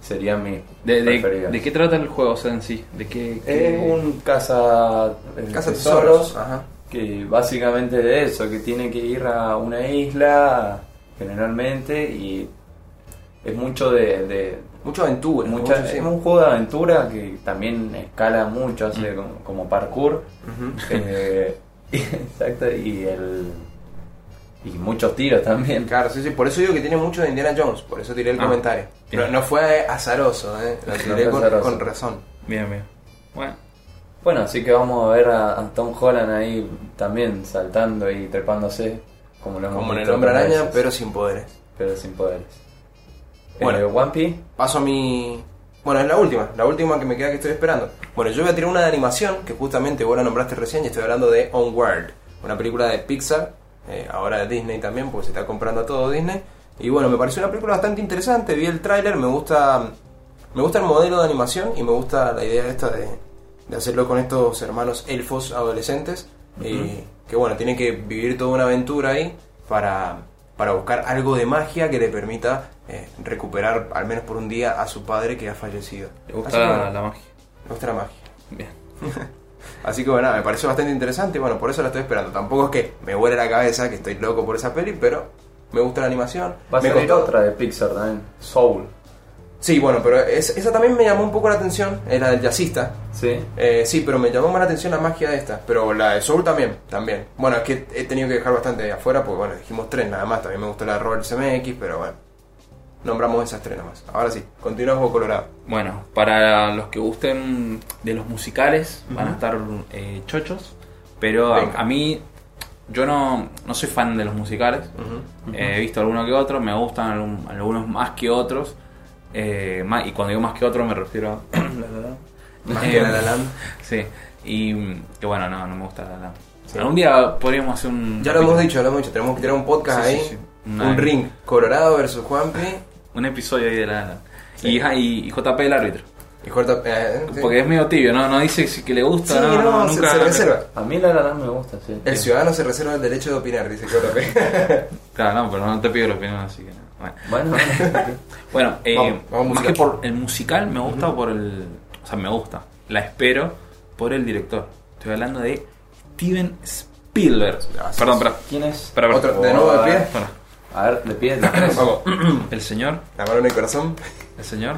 C: sería mi
A: De, de-
C: preferido.
A: ¿de qué trata el juego o sea, en sí? ¿De qué, qué-
C: Es un caza, eh,
B: Casa
C: tesoros,
B: tesoros. Ajá.
C: que básicamente de eso, que tiene que ir a una isla generalmente y es mucho de, de-
B: Mucha aventura.
C: mucha-
B: mucho, sí.
C: es un juego de aventura que también escala mucho, hace
B: Mm.
C: como, como parkour.
B: Ujú.
C: eh, y- exacto, y el y muchos tiros también.
B: Claro, sí, sí. Por eso digo que tiene mucho de Indiana Jones. Por eso tiré el
A: Ah.
B: comentario. No,
A: Bien.
B: no fue azaroso, ¿eh? Lo
C: No
B: tiré
C: fue
B: con,
C: azaroso.
B: con razón.
A: Bien, bien. Bueno,
C: Bueno, así que vamos a ver a, a Tom Holland ahí también saltando y trepándose como lo hemos
B: Como en el
C: visto
B: hombre
C: otras
B: araña,
C: veces,
B: pero sin poderes.
C: pero sin poderes.
B: Bueno.
C: Bueno, One Piece
B: Paso a mi. Bueno, es la última, la última que me queda que estoy esperando. Bueno, yo voy a tirar una de animación que justamente vos la nombraste recién y estoy hablando de Onward, una película de Pixar, eh, ahora de Disney también, porque se está comprando todo Disney. Y bueno, me pareció una película bastante interesante, vi el tráiler, me gusta me gusta el modelo de animación y me gusta la idea esta de, de hacerlo con estos hermanos elfos adolescentes. Y que bueno, tienen que vivir toda una aventura ahí para, para buscar algo de magia que le permita eh, recuperar al menos por un día a su padre que ha fallecido.
A: ¿te
B: Así
A: gusta
B: que,
A: la,
B: bueno,
A: la magia?
B: me gusta la magia.
A: Bien.
B: Así que bueno, me pareció bastante interesante y bueno, por eso la estoy esperando. Tampoco es que me huele la cabeza, que estoy loco por esa peli, pero me gusta la animación.
C: va a
B: me
C: salir
B: costó-
C: otra de Pixar también, Soul.
B: Sí, bueno, pero es- esa también me llamó un poco la atención, era del jazzista,
C: Sí.
B: Eh, sí, pero me llamó más la atención la magia de esta. Pero la de Soul también, también. Bueno, es que he tenido que dejar bastante afuera porque, bueno, dijimos tres nada más. También me gustó la de Robert CMX, pero bueno. Nombramos esas tres nada más. Ahora sí, continuamos con Colorado.
A: Bueno, para los que gusten de los musicales, van a estar eh, chochos. Pero
B: Venga.
A: a, a mí, yo no, no soy fan de los musicales. Eh, He visto alguno que otro, me gustan algún- algunos más que otros. Eh, ma- y cuando digo más que otro me refiero a...
B: Más que
A: Eh,
B: La La Land.
A: Sí, y mm, que bueno, no, no me gusta la... la-
B: Sí.
A: Algún día podríamos hacer un...
B: Ya
A: capítulo-
B: lo hemos dicho, lo hemos dicho. Tenemos que tirar un podcast
A: Sí, sí,
B: ahí.
A: sí.
B: Un
A: Una-
B: ring. Colorado versus Juanpi.
A: Un episodio ahí de la... la- Y, ah, y- y JP el árbitro.
B: Y Jorta. eh, sí.
A: Porque es medio tibio, ¿no? No dice si que le gusta,
B: Sí,
A: no,
B: no,
A: no,
B: se,
A: nunca...
B: se reserva.
C: A mí la verdad me gusta, sí.
B: El ciudadano se reserva el derecho de opinar, dice Jorta.
A: Claro, no, pero no te pido la opinión, así que no. Bueno,
C: Bueno, bueno.
A: Bueno, eh,
B: Vamos, vamos
A: más
B: musical.
A: que por el musical, me gusta por el... O sea, me gusta. La espero por el director. Estoy hablando de Steven Spielberg.
B: Gracias.
A: Perdón, perdón.
C: ¿Quién es?
A: Espera, espera.
B: Otro, de nuevo de pie.
A: Bueno,
C: A ver, de pie de tres.
B: Vamos.
A: Mm, el señor,
B: La mano en el corazón.
A: el señor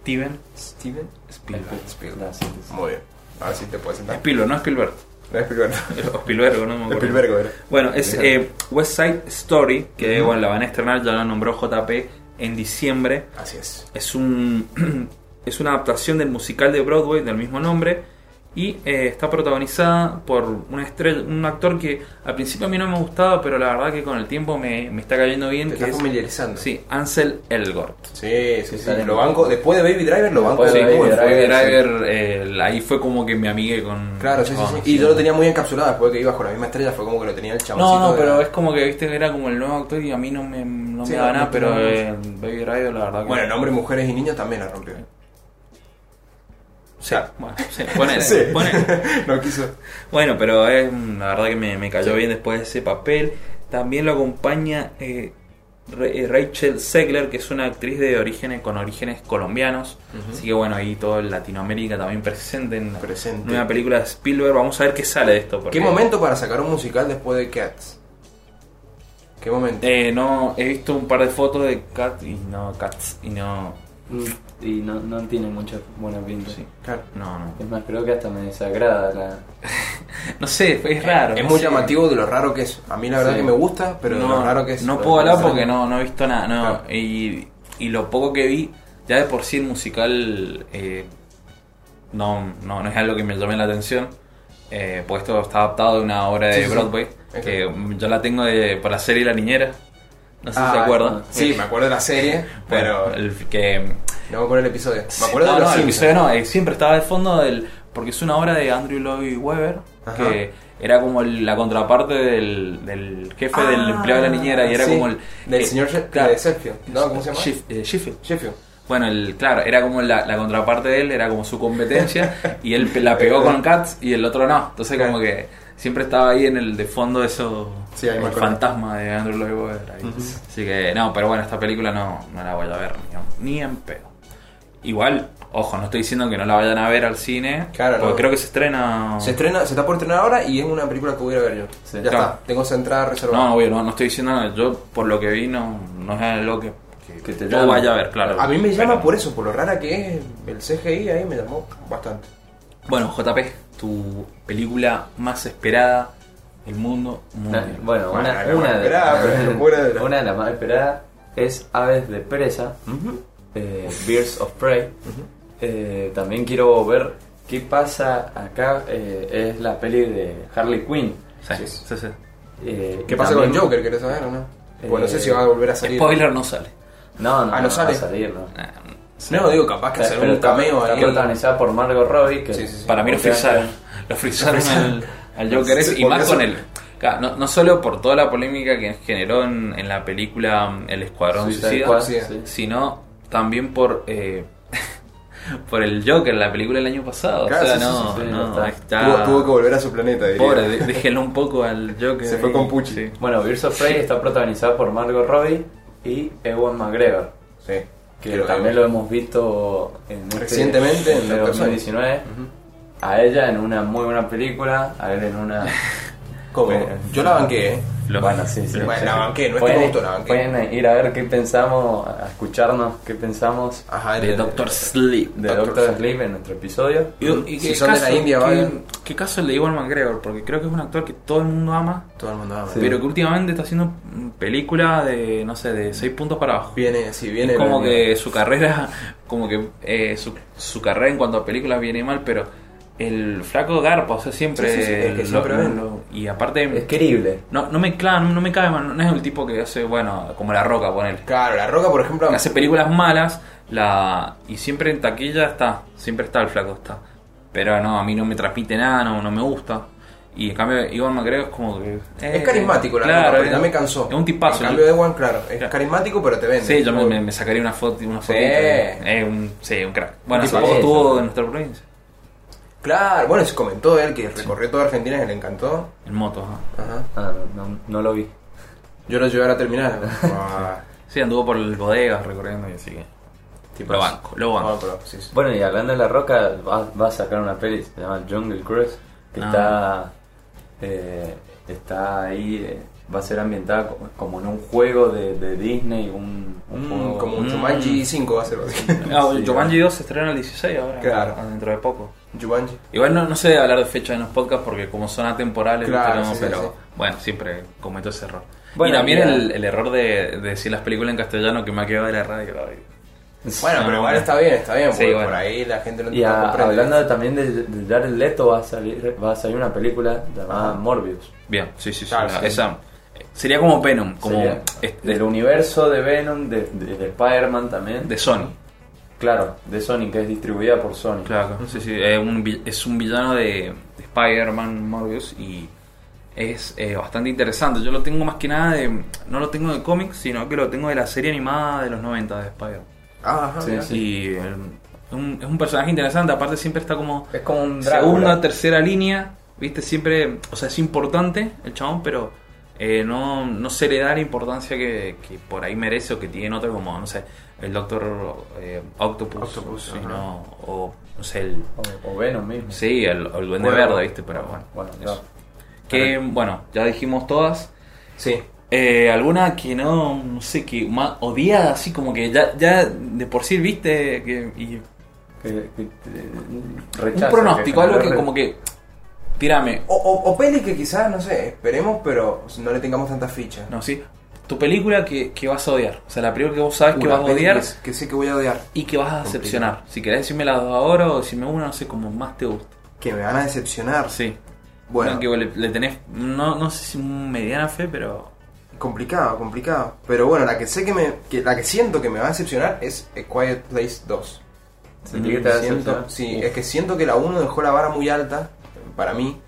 A: Steven
B: Steven
A: Spielberg.
B: Spielberg.
C: Las- las-
B: Muy bien. Ahora sí te puedes sentar.
A: Spielberg, no Spielberg.
B: No es Spielberg.
A: O Spielberg, no me acuerdo.
B: Spielberg, ¿verdad?
A: Bueno, es eh, West Side Story, que bueno, la van a estrenar, ya la nombró JP en diciembre.
B: Así es.
A: Es un es una adaptación del musical de Broadway del mismo nombre y eh, está protagonizada por una estrella, un actor que al principio a mí no me gustaba, pero la verdad que con el tiempo me, me está cayendo bien.
B: Te
A: que
B: estás
A: es-
B: familiarizando.
A: Sí, Ansel Elgort.
B: Sí, sí, sí.
C: Está
B: Lo
C: bien.
B: banco, después de Baby Driver lo banco
C: Después de
B: de
C: Baby
B: nuevo.
A: Fue
C: Driver,
A: Driver, eh, ahí fue como que me amigué con.
B: Claro, sí, sí, sí.
A: con-
B: Y yo lo tenía muy encapsulado después de que ibas con la misma estrella, fue como que lo tenía el chaboncito.
A: No, no,
B: de-
A: pero es como que viste era como el nuevo actor y a mí no me, no
B: Sí,
A: me
B: no,
A: daba
B: no
A: nada,
B: te
A: pero
B: daba
A: eh, Baby Driver la verdad que.
B: Bueno, en hombres, mujeres y niños también la rompió.
A: Sí, bueno, sí, ponele,
B: Sí.
A: ponele.
B: no quiso.
A: Bueno, pero eh, la verdad que me, me cayó bien después de ese papel. También lo acompaña eh, Ra- eh, Rachel Segler, que es una actriz de orígenes con orígenes colombianos.
B: Ujú.
A: Así que bueno, ahí todo Latinoamérica también presente en la
B: Presente.
A: nueva película de Spielberg. Vamos a ver qué sale de esto. porque-
B: ¿Qué momento para sacar un musical después de Cats? ¿Qué momento?
A: Eh, no, he visto un par de fotos de Cat y no, Cats y no.
C: Mm, Y no, no tiene mucha buena pinta.
A: Sí.
B: Claro.
A: No, no.
C: Es más, creo que hasta me desagrada la.
A: No sé, es raro.
B: Es
A: no
B: muy
A: sé.
B: llamativo de lo raro que es. A mí la verdad
C: Sí.
B: que me gusta, pero de lo raro que es.
A: no
B: Lo
A: puedo hablar
B: raro.
A: porque no, no he visto nada. no.
B: Claro.
A: Y, y lo poco que vi, ya de por sí el musical eh, no, no, no es algo que me llame la atención. Eh, pues esto está adaptado de una obra
B: Sí,
A: de
B: sí, sí.
A: Broadway. Que mm, yo la tengo de, por la serie La Niñera. No sé si se acuerdan.
B: Ah, Sí, me acuerdo de la serie, pero.
A: Bueno, el, que
B: No me acuerdo del episodio. Me acuerdo
A: no,
B: de los
A: no, el
B: Simpsons.
A: episodio no, eh, siempre estaba de fondo del porque es una obra de Andrew Lloyd Webber
B: Ajá.
A: que era como el- la contraparte del, del jefe del
B: Ah,
A: empleado de la niñera y era
B: sí,
A: como el...
B: Del
A: eh,
B: señor She-
A: claro.
B: de Sheffield, ¿no? ¿Cómo se llama?
A: Shef- eh, Sheffield.
B: Sheffield.
A: Bueno, el, claro, era como la, la contraparte de él, era como su competencia, y él pe- la pegó con Cats y el otro no. Entonces como que siempre estaba ahí en el de fondo eso,
B: Sí, ahí
A: el
B: me acuerdo.
A: fantasma de Andrew Lloyd Webber. ahí.
B: Ujú.
A: Así que no, pero bueno, esta película no, no la voy a ver ni, ni en pedo. Igual, ojo, no estoy diciendo que no la vayan a ver al cine,
B: Claro,
A: porque
B: no.
A: creo que se estrena...
B: Se estrena, se está por estrenar ahora y es una película que voy a ir a ver yo.
C: Sí,
B: ya
A: claro.
B: está, tengo esa entrada reservada.
A: no, obvio, no, no estoy diciendo nada. Yo, por lo que vi, no, no es algo que, que,
C: Que te
A: yo
C: llame.
A: vaya a ver, claro.
B: A mí me llama
A: Pero-
B: por eso, por lo rara que es el CGI, ahí me llamó bastante.
A: Bueno, JP, tu película más esperada del mundo
C: Una-
A: mundial.
C: bueno, una,
B: Bueno, la
C: una
B: más
C: de,
B: esperada, pero la locura de la-
C: una de las más esperadas es Aves de Presa, eh, Birds of Prey. Eh, también quiero ver qué pasa acá, eh, es la peli de Harley Quinn.
A: Sí, sí, sí.
C: Eh,
B: ¿Qué pasa
C: también-
B: con Joker? ¿Querés saber o no? Bueno, no sé
C: Eh,
B: si va a volver a salir.
A: Spoiler no sale.
C: No, no,
B: Ah, no
C: no va
B: sale.
C: a salir, no.
A: Nah,
B: No, digo, capaz que hacer
C: Pero
B: un
C: está-
B: cameo
C: está
B: ahí.
C: protagonizada por Margot Robbie, que
B: Sí, sí, sí.
A: Para mí lo
C: porque-
A: frisaron. Lo frisaron al, al Joker ese,
B: Sí,
A: y más
B: porque
A: con
B: eso-
A: él. No, no solo por toda la polémica que generó en, en la película mm, El Escuadrón
C: Suicide
A: Suicida,
C: Squad,
B: Suicida.
C: sí.
A: sino también por eh, por el Joker, la película del año pasado.
B: Claro,
A: o sea,
B: sí, sí,
A: no,
C: sí, sí,
A: no,
C: está.
A: está-
B: Tuvo, tuvo que volver a su planeta, diría.
A: Pobre, de- déjenlo un poco al Joker.
B: Se fue
A: ahí,
B: con Pucci.
A: sí.
C: Bueno, Birds of Prey está protagonizada por Margot Robbie y Ewan McGregor.
B: Sí.
C: que
B: Creo
C: también lo hemos visto en este-
B: Recientemente, en
C: este
B: Doctor
C: 2019 a ella en una muy buena película a él en una
B: ¿Cómo? Yo la banqué, ¿eh?
A: Lo-
C: bueno sí sí
A: lo-
B: Bueno, la banqué, no es que
C: pueden,
B: me gustó, la banqué.
C: pueden ir a ver qué pensamos a escucharnos qué pensamos
B: Ajá,
A: de Doctor Sleep.
C: de
B: Doctor
C: Doctor
B: Sleep.
C: Sleep en nuestro episodio
A: Y, y
B: Mm, Si
A: qué
B: son de
A: caso,
B: la India,
A: qué-
B: vayan.
A: qué caso el de Iwan McGregor, porque creo que es un actor que todo el mundo ama,
B: Todo el mundo ama.
C: Sí.
A: pero que últimamente está haciendo mm, películas de, no sé, de 6 puntos para abajo.
B: Viene, sí, viene.
A: Es como
B: el-
A: que su carrera, como que eh, su, su carrera en cuanto a películas viene mal, pero el flaco garpa, o sea, siempre...
B: Sí, sí, sí, es que
A: lo-
B: siempre
A: lo-
B: ven.
A: lo- y aparte,
C: es querible
A: no, no me claro, no me cae mal, no es el tipo que hace, bueno, como La Roca, ponele.
B: Claro, La Roca, por ejemplo.
A: hace películas malas la y siempre en taquilla está siempre está el flaco está pero no a mí no me transmite nada no, no me gusta y en cambio Iván McGregor es como que eh,
B: Es carismático, la
A: claro,
B: Roca, pero
A: eh,
B: ya me cansó.
A: es un tipazo
B: En cambio,
A: yo-
B: de One, claro. Es
A: Claro.
B: carismático, pero te vende.
A: sí yo me, me- me sacaría una foto una fotito eh, un, sí un crack bueno
C: Un
A: hace
C: tipo
A: poco
C: de eso.
A: estuvo en nuestra provincia
B: Claro, bueno, se comentó él que recorrió toda Argentina, que le encantó.
A: en moto ajá.
B: Ajá.
C: Ah, no, no, no lo vi
B: Yo lo llevé a terminar. Ah,
A: sí anduvo por el bodegas recorriendo y así que
B: tipo
A: lo
B: así.
A: banco lo
B: No,
A: banco
B: pero sí, sí.
C: bueno y hablando de la roca va, va a sacar una peli se llama Jungle Cruise que
A: Ah.
C: está eh, está ahí eh, va a ser ambientada como, como en un juego de, de Disney un, un
B: Mm,
C: juego
B: como un
A: Mm.
B: Jumanji 5 va a ser.
A: Ah,
C: Sí,
A: Giovanni 2 se estrena el 16 ahora
B: Claro.
A: dentro de poco
B: Jumanji.
A: Igual no, no sé hablar de fecha en los podcasts porque como son atemporales,
B: Claro,
A: ¿viste? No,
B: sí,
A: pero
B: sí.
A: bueno, siempre cometo ese error.
C: Bueno,
A: y también
C: y la-
A: el, el error de, de decir las películas en castellano que me ha quedado de la radio. ay.
B: Bueno,
A: No,
B: pero igual
A: Ah, bueno.
B: está bien, está bien,
A: Sí,
B: porque
A: bueno.
B: por ahí la gente no
C: Y
B: no
C: a-
B: comprende.
C: hablando también de, de Jared Leto, va a salir, va a salir una película llamada
A: Ah.
C: Morbius.
A: Bien, sí, sí, sí.
B: Claro,
A: la-
B: sí.
A: Esa eh, sería como Venom, como
C: Sería
A: es- de,
C: del universo de Venom, de, de- de Spider-Man también.
A: de Sony.
C: claro, de Sony, que es distribuida por Sony.
A: Claro, sí, sí. Es un, vi- es un villano de, de Spider-Man Morbius y es eh, bastante interesante. Yo lo tengo más que nada de. No lo tengo de cómics, sino que lo tengo de la serie animada de los 90 de Spider-Man.
B: Ah, ajá,
C: Sí,
B: mira.
C: sí.
A: Y eh, un- es un personaje interesante, aparte siempre está como
C: Es como un
A: segunda,
C: Drácula.
A: tercera línea, viste, siempre, o sea, es importante el chabón, pero eh, no, no se le da la importancia que, que por ahí merece o que tiene otro como, no sé, el Doctor eh, Octopus,
B: Octopus,
A: sí,
B: ajá.
A: no, o no sé, el,
C: O, o Venom mismo.
A: sí, el, o el Duende
B: Bueno.
A: Verde, viste, pero bueno.
C: Bueno,
A: eso.
C: claro.
A: Que, bueno, ya dijimos todas.
B: Sí.
A: Eh, alguna que no, no sé, que más odiada, así como que ya, ya de por sí viste que, y
C: Que- que- eh,
A: un
C: rechazo,
A: pronóstico, algo que
C: generó
A: como que. Tirame.
B: O, o, o pelis que quizás, no sé, esperemos, pero no le tengamos tanta ficha.
A: No, sí. Tu película que, que vas a odiar. O sea, la película que vos sabes que
B: Una
A: vas a
B: peli
A: odiar
B: que- Que sé que voy a odiar.
A: y que vas a decepcionar. Si querés decirme las dos ahora o decirme una, no sé, como más te gusta.
B: Que me van a decepcionar.
A: Sí.
B: Bueno,
A: Una que le, le tenés, no, no sé si mediana fe, pero.
B: complicado, complicado. Pero bueno, la que sé que me. que- la que siento que me va a decepcionar es A Quiet Place 2.
C: Sentí que te va a
B: Siento-
C: decepcionar.
B: sí,
C: Uf.
B: es que siento que la 1 dejó la vara muy alta para mí.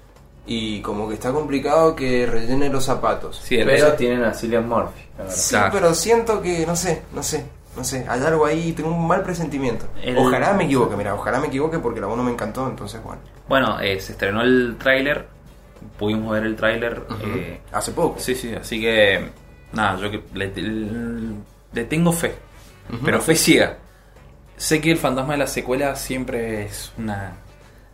B: Y como que está complicado que rellene los zapatos.
A: Sí, el-
C: Pero tienen a Cillian Murphy. la verdad.
B: Sí,
A: Exacto.
B: pero siento que, no sé, no sé, no sé, hay algo ahí, tengo un mal presentimiento.
A: El-
B: Ojalá me equivoque, mira, ojalá me equivoque porque la 1 me encantó, entonces bueno.
A: Bueno, eh, se estrenó el tráiler, pudimos ver el tráiler. eh,
B: Hace poco.
A: sí, sí, así que nada, yo que- le, le tengo fe, pero fe ciega. Sé que el fantasma de la secuela siempre es una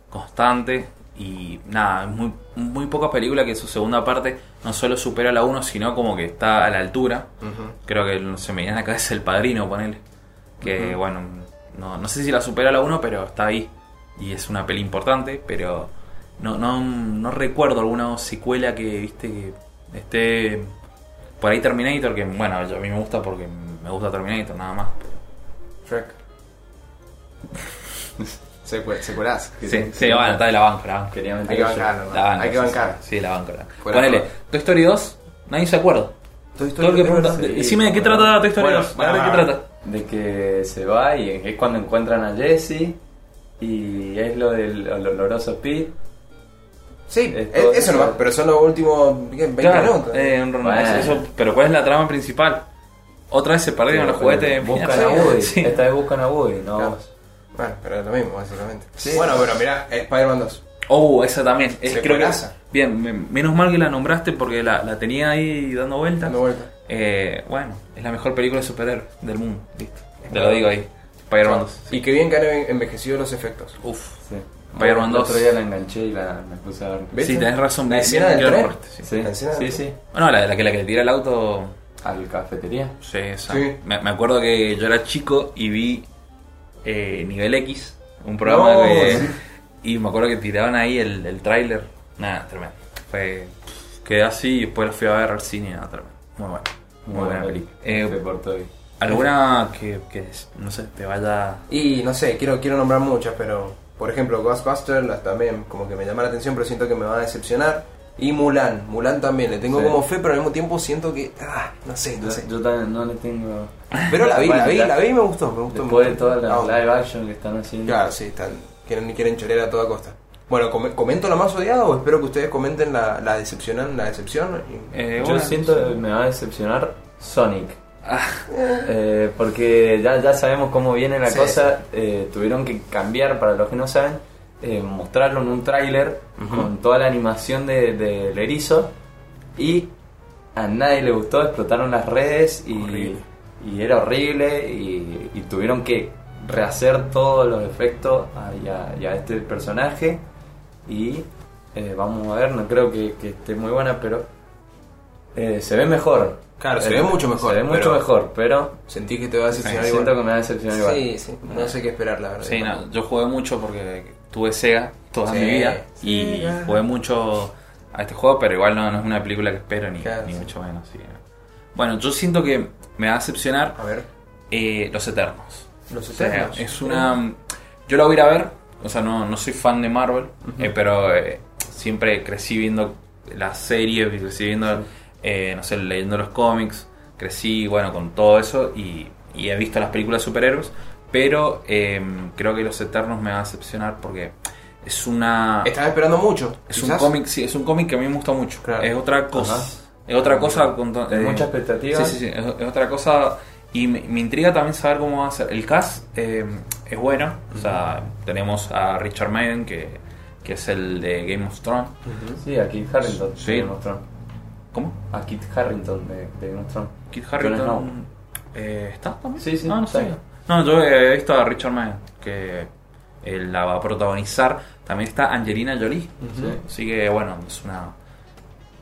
A: constante y nada, es muy, muy poca película que su segunda parte no solo supera a la 1, sino como que está a la altura.
B: Ujú.
A: Creo que no se me viene a la cabeza el padrino, ponele. Que bueno, no, no sé si la supera la 1, pero está ahí. Y es una peli importante, pero no, no, no recuerdo alguna secuela que, viste, que esté por ahí Terminator, que bueno, yo- a mí me gusta porque me gusta Terminator, nada más.
B: Shrek. Secue- secuelas.
A: Sí, sí, bueno, está de la banca, la banca.
C: Quería meter
B: Hay que
C: eso.
B: bancarlo, ¿no?
A: La banca,
B: Hay que
A: sí,
B: bancar.
A: Sí, sí, la banca. la banca.
B: Fuera
A: Ponele,
B: joda.
A: Toy Story 2, nadie se acuerda.
B: Toy Story
A: Todo el que
B: tres,
A: pregunta,
B: sí.
A: decime de qué
C: bueno.
A: trata Toy Story
B: Bueno,
A: 2, a ver de
B: bueno,
A: qué
B: bueno.
A: trata.
C: De que se va y es cuando encuentran a Jesse. Y es lo del el oloroso Pete.
B: Sí,
C: Es
B: e-
C: todo
B: eso
C: eso.
B: nomás, pero son los últimos ¿qué? 20
A: Claro,
B: minutos.
A: eh, un-
C: Bueno.
A: eso- eso- pero ¿cuál es la trama principal? Otra vez se perdieron los juguetes.
C: Buscan
A: mira,
C: a Woody.
A: sí.
C: Esta vez buscan a Woody, no
B: Claro.
C: vos.
B: Bueno, pero es lo mismo, básicamente.
C: Sí.
B: Bueno, pero mirá, Spider-Man 2.
A: Oh, esa también. Es- creo que-
B: Secuelaza.
A: bien, me- menos mal que la nombraste porque la, la tenía ahí dando vueltas.
B: Dando vuelta.
A: Eh, bueno, es la mejor película de superhéroes del mundo. Listo. Te lo digo ahí. Spider-Man 2.
B: Y qué bien que han en- envejecido los efectos.
A: Uf.
C: Sí.
A: Spider-Man
C: El
A: 2.
C: otro día la enganché y la me puse a ver.
B: ¿Ves?
A: Sí, tenés razón.
B: La
A: bien,
B: escena
A: bien,
B: del
A: que lo
B: tren.
A: cortaste, este, sí.
C: Sí,
B: Encima
C: sí,
B: de-
C: sí.
A: Bueno, la, la que, la que le tira el auto.
C: Al cafetería.
A: Sí, esa.
B: Sí.
A: Me, me acuerdo que yo era chico y vi eh, Nivel X, un programa
B: No,
A: que-
B: sí.
A: Y me acuerdo que tiraban ahí el, el tráiler. Nada, tremendo. Fue, quedé así y después la fui a ver al cine. nada, tremendo. Muy bueno. Muy, buena película. Eh,
C: Fue por todo.
A: ¿Alguna que, que, no sé, te vaya...
B: Y no sé, quiero, quiero nombrar muchas, pero por ejemplo Ghostbusters las también como que me llama la atención, pero siento que me va a decepcionar. Y Mulan, Mulan también, le tengo
C: Sí.
B: como fe, pero al mismo tiempo siento que... Ah, no sé, no
C: Yo,
B: sé.
C: yo también no le tengo.
B: Pero la vi,
C: Bueno,
B: la vi,
C: ya.
B: la vi y me gustó, me gustó.
C: Después de
B: mucho.
C: toda la
B: Ah,
C: live action que están haciendo.
B: Claro, sí, están, quieren, quieren chorear a toda costa. Bueno, com- ¿comento la más odiada o espero que ustedes comenten la, la decepcionan, la decepción? Y-
A: Eh,
C: Yo
A: bueno,
C: siento
A: sí.
C: que me va a decepcionar Sonic.
A: Ah,
C: Eh, porque ya, ya sabemos cómo viene la
B: Sí.
C: cosa. eh, tuvieron que cambiar, para los que no saben, eh, mostrarlo en un tráiler con toda la animación del de, del erizo. Y a nadie le gustó, explotaron las redes y,
B: Horrible.
C: y era horrible. Y, y tuvieron que rehacer todos los efectos a, y a- y a este personaje. Y eh, vamos a ver, no creo que, que esté muy buena, pero eh, se ve mejor.
B: Claro, se
C: Eh,
B: ve mucho mejor,
C: Se ve mucho
B: pero-
C: mejor, pero
B: Sentí que te va a decepcionar
C: siento
B: igual.
C: que me va a decepcionar igual.
B: Sí, sí, no sé qué esperar, la verdad.
A: Sí, no, yo jugué mucho porque tuve Sega toda
B: Sí,
A: mi vida y
B: Sega.
A: jugué mucho a este juego, pero igual no, no es una película que espero ni,
B: Claro,
A: ni
B: sí.
A: mucho menos. sí, no. Bueno, yo siento que me va a decepcionar
B: A ver,
A: eh, Los Eternos.
B: los
A: O sea,
B: eternos.
A: es una... Yo la voy a ir a ver, o sea, no, no soy fan de Marvel, eh, pero eh, siempre crecí viendo las series, crecí viendo, eh, no sé, leyendo los cómics, crecí, bueno, con todo eso y, y he visto las películas de superhéroes, pero eh, creo que Los Eternos me va a decepcionar porque es
C: Ah.
A: una...
B: Estaba esperando mucho.
A: Es
B: quizás.
A: un cómic, sí, es un cómic que a mí me gusta mucho.
B: Claro.
A: Es otra cosa.
C: Ajá.
A: Es otra cosa con to-
C: Hay
A: eh,
C: mucha expectativa.
A: Sí, sí, sí, es, es otra cosa. Y me, me intriga también saber cómo va a ser. El cast eh, es bueno. O sea, tenemos a Richard Madden, que, que es el de Game of Thrones.
B: Ujú.
C: Sí, a Kit Harrington.
A: Sí.
C: de Game of Thrones.
A: ¿Cómo?
C: A Kit Harrington de, de Game of Thrones.
A: Kit
C: Jon Snow.
A: Harrington. eh, ¿Está también?
C: Sí, sí,
A: Ah, no
C: está
A: sabía.
C: ahí.
A: No, yo he visto a Richard Madden, que eh, la va a protagonizar. También está Angelina Jolie.
C: Sí.
A: Así que, bueno, es una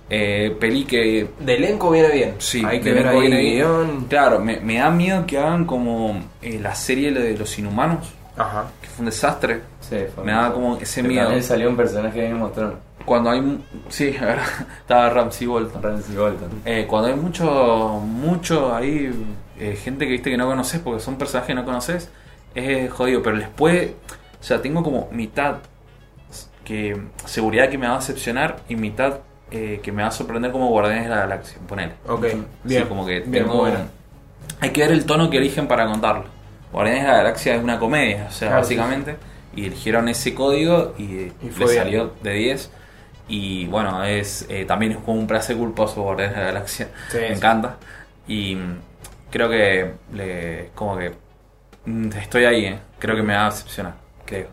A: eh, peli que
B: De elenco viene bien.
A: Sí,
B: Hay que
A: de
B: ver
A: elenco
B: ahí en el
A: viene bien.
B: guión.
A: Claro, me, me da miedo que hagan como eh, la serie de los inhumanos,
B: Ajá.
A: que fue un desastre.
C: Sí, fue
A: Me daba
C: un-
A: como ese
C: que
A: miedo.
C: También salió un personaje de Game of Thrones,
A: Cuando hay. mu- Sí, la verdad, estaba Ramsey Bolton.
C: Ramsey Bolton.
A: Eh, cuando hay mucho, mucho ahí, eh, gente que viste que no conoces porque son personajes que no conoces, es jodido. Pero les puede. O sea, tengo como mitad que seguridad que me va a decepcionar y mitad eh, que me va a sorprender como Guardianes de la Galaxia. Ponele.
B: Ok.
C: Sí,
B: Bien.
A: Sí, como que
B: bien,
A: tengo-
B: muy buena.
A: Hay que ver el tono que eligen para contarlo. Guardianes de la Galaxia es una comedia, o sea,
B: Claro,
A: básicamente. Y eligieron ese código y,
B: Y
A: le
B: fue bien.
A: salió de 10. Y bueno, es eh, también es como un placer culposo Guardianes de la Galaxia.
B: Sí,
A: me
B: sí.
A: encanta. Y mm, creo que le, como que mm, estoy ahí, eh. creo que me va a decepcionar. Creo.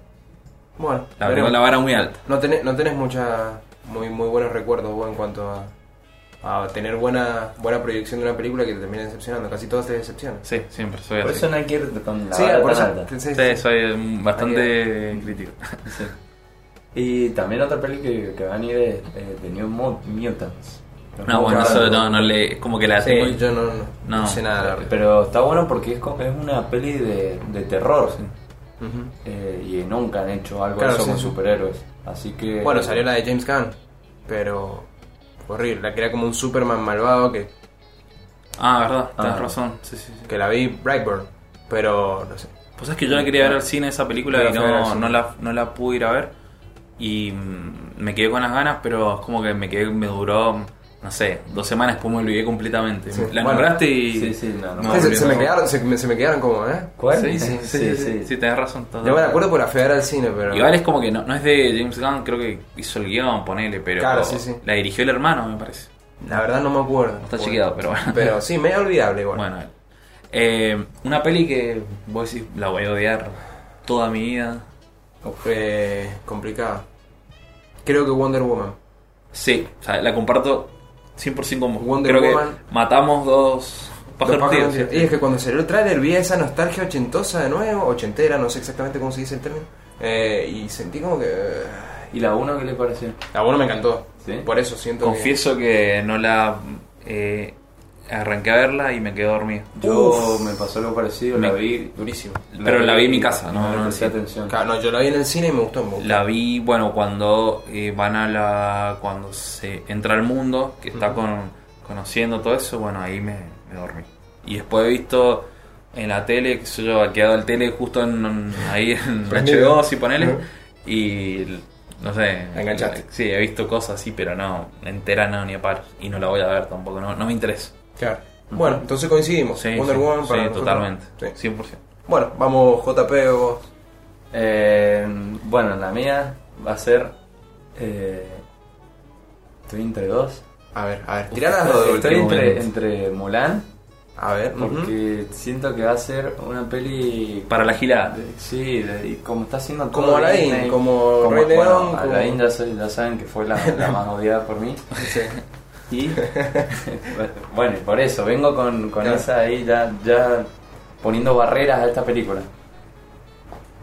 B: Bueno,
A: La,
B: veremos.
A: la vara muy alta.
B: No tenés, no tenés mucha, muy, muy buenos recuerdos vos en cuanto a, a tener buena, buena proyección de una película que te termina decepcionando. Casi todas te decepcionan.
A: Sí, siempre soy
C: Por
A: así.
C: eso no hay que ir con la
B: Sí,
C: vara
B: por
C: tan
B: eso.
C: alta.
B: sí, sí,
A: Sí,
B: sí.
A: soy mm, bastante crítico.
C: Sí. Y también otra peli que, que va a venir es eh, The New Mu- Mutants.
A: No, Ah, bueno,
B: Claro.
A: eso no, no le. Es como que la
B: Sí,
A: tengo.
B: yo no, no,
A: No.
B: sé nada de la verdad.
C: Pero está bueno porque es, co- es una peli de, de terror.
B: Ujú.
C: eh, y nunca han hecho algo
B: Claro,
C: de eso
B: sí,
C: con
B: sí.
C: superhéroes. Así que.
B: Bueno, salió la de James Gunn, pero horrible. La que era como un Superman malvado que,
A: Ah, verdad, tenés
C: Ah.
A: razón. Sí, sí, sí.
B: que la vi Brightburn, pero no sé.
A: Pues es que yo no quería ver al cine esa película
B: Pero
A: y
B: fue ver al
A: no,
B: cine.
A: no, la, no la pude ir a ver. Y mm, me quedé con las ganas, pero es como que me quedé, me duró, no sé, dos semanas, después me olvidé completamente.
B: Sí.
A: La
B: Bueno,
A: nombraste y.
C: sí, sí, la
A: no,
C: nombré.
B: se, se me
A: no.
B: quedaron, se, me, se me quedaron como, ¿eh?
C: ¿Cuál?
A: Sí, sí, sí, sí,
C: sí.
A: sí, tenés razón. todo.
B: Yo me acuerdo por afear al cine, pero.
A: Igual es como que no, no es de James Gunn, creo que hizo el guión, ponele, pero
B: Claro, sí, sí.
A: la dirigió el hermano, me parece.
B: La verdad no me acuerdo.
A: Está chequeado, pero bueno.
B: Pero sí, medio olvidable igual.
A: Bueno, eh, una peli que vos decís, la voy a odiar toda mi vida.
B: Eh, complicado. Creo que Wonder Woman.
A: Sí, o sea, la comparto 100% con vos.
B: Wonder
A: Creo
B: Woman.
A: que matamos dos
B: Los
A: pájaros de
B: pájaros
A: un
B: de-
A: tiro.
B: Y es que cuando salió el tráiler vi esa nostalgia ochentosa de nuevo, ochentera, no sé exactamente cómo se dice el término. Eh, y sentí como que... eh,
C: ¿Y la 1 qué le pareció?
B: La bueno me encantó.
C: ¿Sí?
B: Por eso siento
A: Confieso que no la eh, arranqué a verla y me quedé dormido.
C: Yo
B: Uf.
C: me pasó algo parecido,
A: Me-
C: la vi.
B: que... Durísimo.
A: Pero la vi en mi casa, no,
C: le
A: no,
C: presté
A: sí.
C: atención.
B: Claro, no, yo la vi en el cine y me gustó mucho.
A: La vi, bueno, cuando eh, van a la. cuando se entra al mundo, que está
B: Ujú.
A: con, conociendo todo eso, bueno, ahí me, me dormí. Y después he visto en la tele, que sé yo, ha quedado el tele justo en, ahí en
B: Prendido.
A: H2 y ponele,
B: Ujú.
A: y no sé.
B: La enganchaste.
A: Sí, he visto cosas así, pero no, entera no, ni a par. Y no la voy a ver tampoco, no, no me interesa.
B: Claro. Bueno, entonces coincidimos.
A: Sí,
B: Wonder
A: sí,
B: Woman
A: sí,
B: para nosotros.
A: totalmente,
B: Sí.
A: 100%.
B: Bueno, vamos JP o vos.
C: Eh, bueno, la mía va a ser. Eh, estoy entre dos.
B: A ver, a ver, tirá las dos.
A: este
B: de
C: Estoy
B: último.
C: entre,
A: momento.
C: entre Mulan,
B: A ver,
C: porque
B: ujú.
C: siento que va a ser una peli.
A: Para la gilada.
C: de- sí, de- y como está haciendo todo.
B: Como Aladdin,
C: Disney,
B: como Rey León, como-
C: Aladdin ya, soy- ya saben que fue la, la más odiada por mí.
B: Sí.
C: Y bueno, y por eso, vengo con, con
B: Claro.
C: esa ahí ya, ya poniendo barreras a esta película.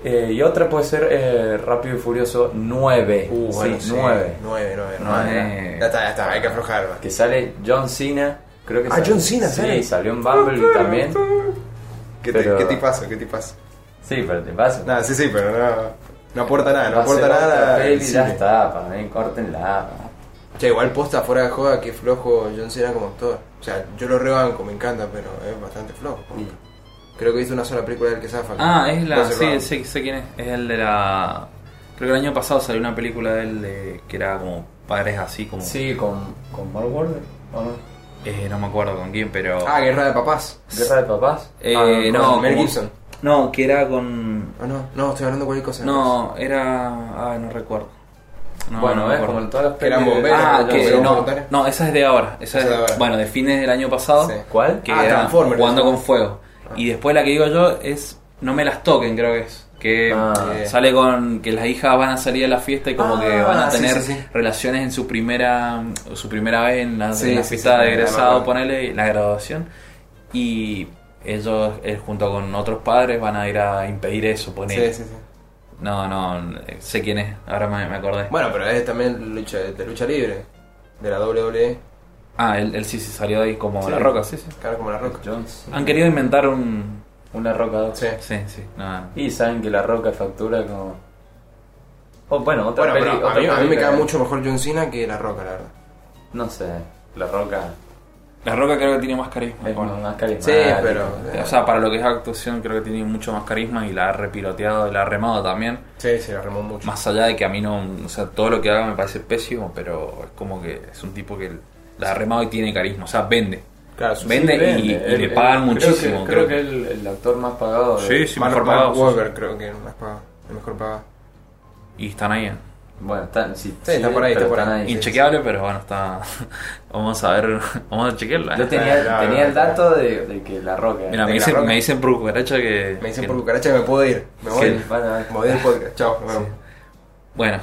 C: Eh, y otra puede ser eh, Rápido y Furioso 9.
B: Uh, bueno,
C: sí,
B: sí.
C: 9.
B: Nueve, nueve,
A: Nueve.
B: nueve. Ya está, ya está, hay que aflojar. va.
C: Que sale John Cena. Creo que
B: Ah,
C: sale-
B: John Cena
C: sí,
B: sale.
C: salió en Bumblebee también.
B: ¿Qué te,
C: Pero-
B: ¿Qué te pasa? ¿Qué te pasa?
C: Sí, pero te pasa.
B: Nada, sí, sí, pero no, no aporta nada, no
C: Va a
B: aporta
C: ser otra
B: nada. al
C: peli, ya
B: cine.
C: está, para mí, córtenla.
B: Che, igual posta fuera de joda que flojo John Cena como actor. O sea, yo lo rebanco, me encanta, pero es bastante flojo.
C: Y-
B: Creo que hizo una sola película del que zafa.
A: Ah, es la.
B: Reservado.
A: Sí, sé, sé quién es. Es el de la. Creo que el año pasado salió una película de él de- que era como padres así, como.
C: Sí, con, con Mark Wahlberg, ¿o no?
A: Eh, no me acuerdo con quién, pero.
B: Ah, Guerra de Papás.
C: Guerra de Papás.
A: Eh,
B: ah, con
A: no,
B: Mel
A: como-
B: Gibson.
A: No, que era con.
B: Ah, no, no, estoy hablando de cualquier cosa.
A: No, era. Ah, no recuerdo. No,
C: bueno,
A: no me
C: ves,
A: acuerdo.
C: como en todas las
B: Que eran
C: pelis de-
B: bomberos,
A: Ah,
B: Pero,
A: que
B: pero,
A: no,
B: voluntaria.
A: no, esa es de ahora. Esa
B: Esa
A: es,
B: es de ahora.
A: Bueno, de fines del año pasado.
B: Sí.
C: ¿Cuál?
A: Que
B: Ah,
A: era
B: Transformers. Ah.
A: jugando con fuego. Y después la que digo yo es No me las toquen, creo que es. Que eh,
C: Ah.
A: sale con que las hijas van a salir a la fiesta y como
B: Ah,
A: que van a
B: sí,
A: tener
B: sí, sí.
A: relaciones en su primera su primera vez en la,
B: Sí,
A: en la
B: sí,
A: fiesta
B: sí,
A: de
B: sí,
A: egresado,
B: me acuerdo.
A: ponele la graduación. Y ellos él junto con otros padres van a ir a impedir eso, ponele.
B: Sí, sí, sí.
A: No, no, sé quién es, ahora me, me acordé.
B: Bueno, pero es también lucha, de lucha libre, de la E, WWE,
A: Ah, él, él sí, sí salió de ahí como
B: Sí.
A: la roca, sí, sí.
B: claro como la roca.
C: John Cena.
A: Han querido inventar un...
C: Una roca 2.
B: Sí.
A: Sí, sí, no, no.
C: Y saben que la roca factura como. Oh, bueno, otra
B: Bueno,
C: peli.
B: pero a
C: otra
B: mí, a mí me
C: película
B: cae
C: que-
B: mucho mejor John Cena que la roca, la verdad.
C: No sé, la roca
A: La Roca creo que tiene más carisma.
C: es
A: bueno.
C: más carismática.
B: Sí, pero. eh,
A: O sea, para lo que es actuación creo que tiene mucho más carisma y la ha repiloteado y la ha remado también.
B: Sí, se la remó mucho.
A: Más allá de que a mí no... O sea, todo lo que haga me parece pésimo, pero es como que es un tipo que la ha remado y tiene carisma. O sea, vende.
B: Claro, su-
A: Vende y- y le pagan
C: creo que-
A: muchísimo,
C: Creo
A: creo
C: que es el, el actor más pagado. de-
A: Sí, sí,
B: Mark,
A: mejor
B: Mark
A: pagado. sí,
B: Wahlberg creo que es más pagado, el mejor pagado.
A: sí. Y están ahí. ¿eh?
C: Bueno, están, sí,
B: Sí, está por ahí,
C: pero
B: está por
C: están
B: ahí. Sí,
A: Inchequeable, pero bueno, está. Vamos a ver. Vamos a chequearla. eh.
C: Yo tenía,
B: Claro,
C: tenía el
B: claro.
C: dato de, de que la roca.
A: Mira, me
B: de la
A: dicen,
B: roca.
A: me dicen por cucaracha que.
B: Me dicen
A: que-
B: por cucaracha que me puedo ir. Me voy.
C: Sí, bueno,
B: Me voy del podcast. Chao. nos vemos.
A: Bueno,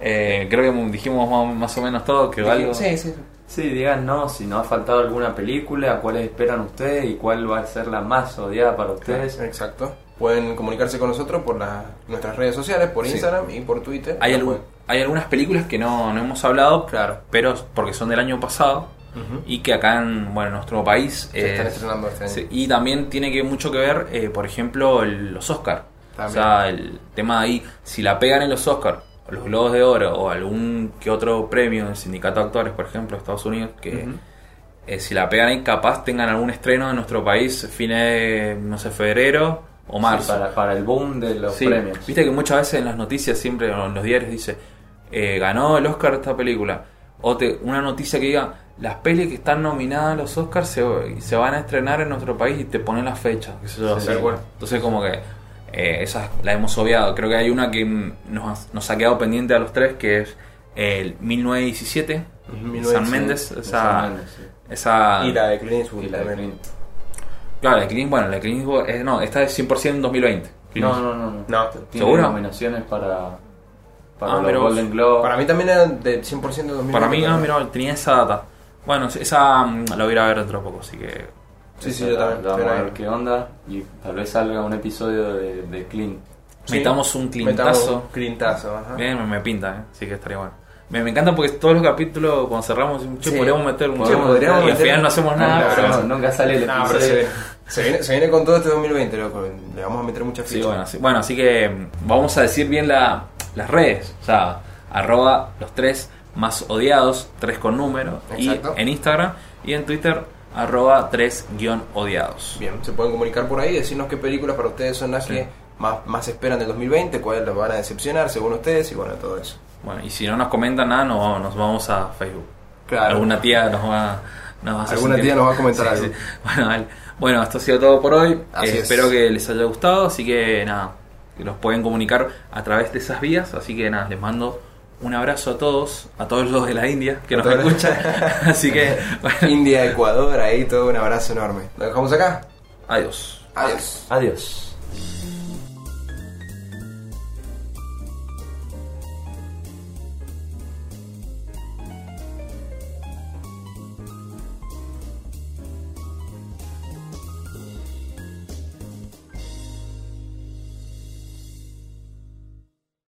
A: eh, creo que dijimos más, más o menos todo. Que algo.
B: Sí, sí. sí.
C: Sí, díganos si nos ha faltado alguna película, cuáles esperan ustedes y cuál va a ser la más odiada para ustedes.
B: Exacto. Pueden comunicarse con nosotros por las nuestras redes sociales, por Instagram y por Twitter.
A: Hay,
B: Nos
A: algu-
B: pueden-
A: hay algunas películas que no, no hemos hablado,
B: Claro.
A: pero porque son del año pasado
B: Ujú.
A: y que acá en bueno, en nuestro país.
B: Se están
A: eh,
B: estrenando este año.
A: Sí, y también tiene que mucho que ver, eh, por ejemplo, el- los Oscar. O
B: También.
A: sea, el tema de ahí, si la pegan en los Oscar, o los Globos de Oro o algún que otro premio del Sindicato de Actores, por ejemplo, de Estados Unidos, que
B: Ujú.
A: eh, si la pegan ahí, capaz tengan algún estreno en nuestro país fines de, no sé, febrero o marzo.
C: Sí, para, para el boom de los
A: Sí,
C: premios.
A: Viste que muchas veces en las noticias, siempre o en los diarios dice, eh, ganó el Oscar esta película. O te, una noticia que diga, las pelis que están nominadas a los Oscars se, se van a estrenar en nuestro país y te ponen las fechas. qué sé yo,
B: Sí,
A: así.
B: tal cual.
A: Entonces como que eh, esas las hemos obviado. Creo que hay una que mm, nos, nos ha quedado pendiente a los tres, que es el 1917. de San
B: 1917,
A: Méndez,
C: De
A: esa,
C: San Mendes, sí.
A: esa
B: Y la de Clint Eastwood
C: Y la de
B: también.
C: Clint.
A: claro, la de Clint- bueno, la de Clint Eastwood, eh, no, esta es 100% 2020.
C: No, no, no. no.
B: No.
C: Tiene
A: ¿Seguro?
C: nominaciones para, para
A: Ah,
C: los
A: mira vos.
C: Golden Globes.
B: Para mí también era de 100% 2000.
A: Para mí, ah, mira, tenía esa data. Bueno, esa mm, la voy a ir a ver dentro de poco, así que.
B: Sí, sí,
C: Esa
B: yo
C: la-
B: también.
C: la Vamos
B: Espera
C: a
B: ahí.
C: ver qué onda y tal vez salga un episodio de, de Clint.
B: Sí.
A: Metamos un
B: Metamos
A: clintazo.
B: un Clintazo, ajá.
A: Bien, me, me pinta, ¿eh? así que estaría bueno. Me, me encanta porque todos los capítulos, cuando cerramos, decimos, che,
B: Sí.
A: podríamos meter un.
B: Che, podríamos
A: y al
B: meter-
A: final no hacemos nada,
B: Ah,
A: pero.
B: claro.
C: No, nunca sale el
B: No, pero se,
C: episodio.
B: viene, se, viene, se viene con todo este 2020, loco. Le vamos a meter muchas
A: Sí,
B: fichas.
A: bueno, así, bueno, así que mm, vamos a decir bien la- las redes. O sea, arroba los tres más odiados, tres con número.
B: Exacto.
A: Y en Instagram y en Twitter, arroba tres guión odiados.
B: Bien, se pueden comunicar por ahí, decirnos qué películas para ustedes son las
A: Sí.
B: que más, más esperan del 2020, cuáles las van a decepcionar según ustedes y bueno, todo eso.
A: Bueno, y si no nos comentan nada, nos vamos, nos vamos a Facebook.
B: Claro.
A: Alguna tía nos va, nos va a hacer
B: Alguna
A: sentir-
B: tía nos va a comentar algo.
A: Bueno, vale. Bueno, esto ha sido todo por hoy.
B: Así
A: Eh,
B: es.
A: Espero que les haya gustado. Así que nada, que los pueden comunicar a través de esas vías. Así que nada, les mando un abrazo a todos, a todos los de la India que
B: A
A: nos
B: todos los-
A: escuchan. así que, bueno,
B: India, Ecuador, ahí todo un abrazo enorme. Lo dejamos acá.
A: adiós.
B: Adiós.
C: Adiós.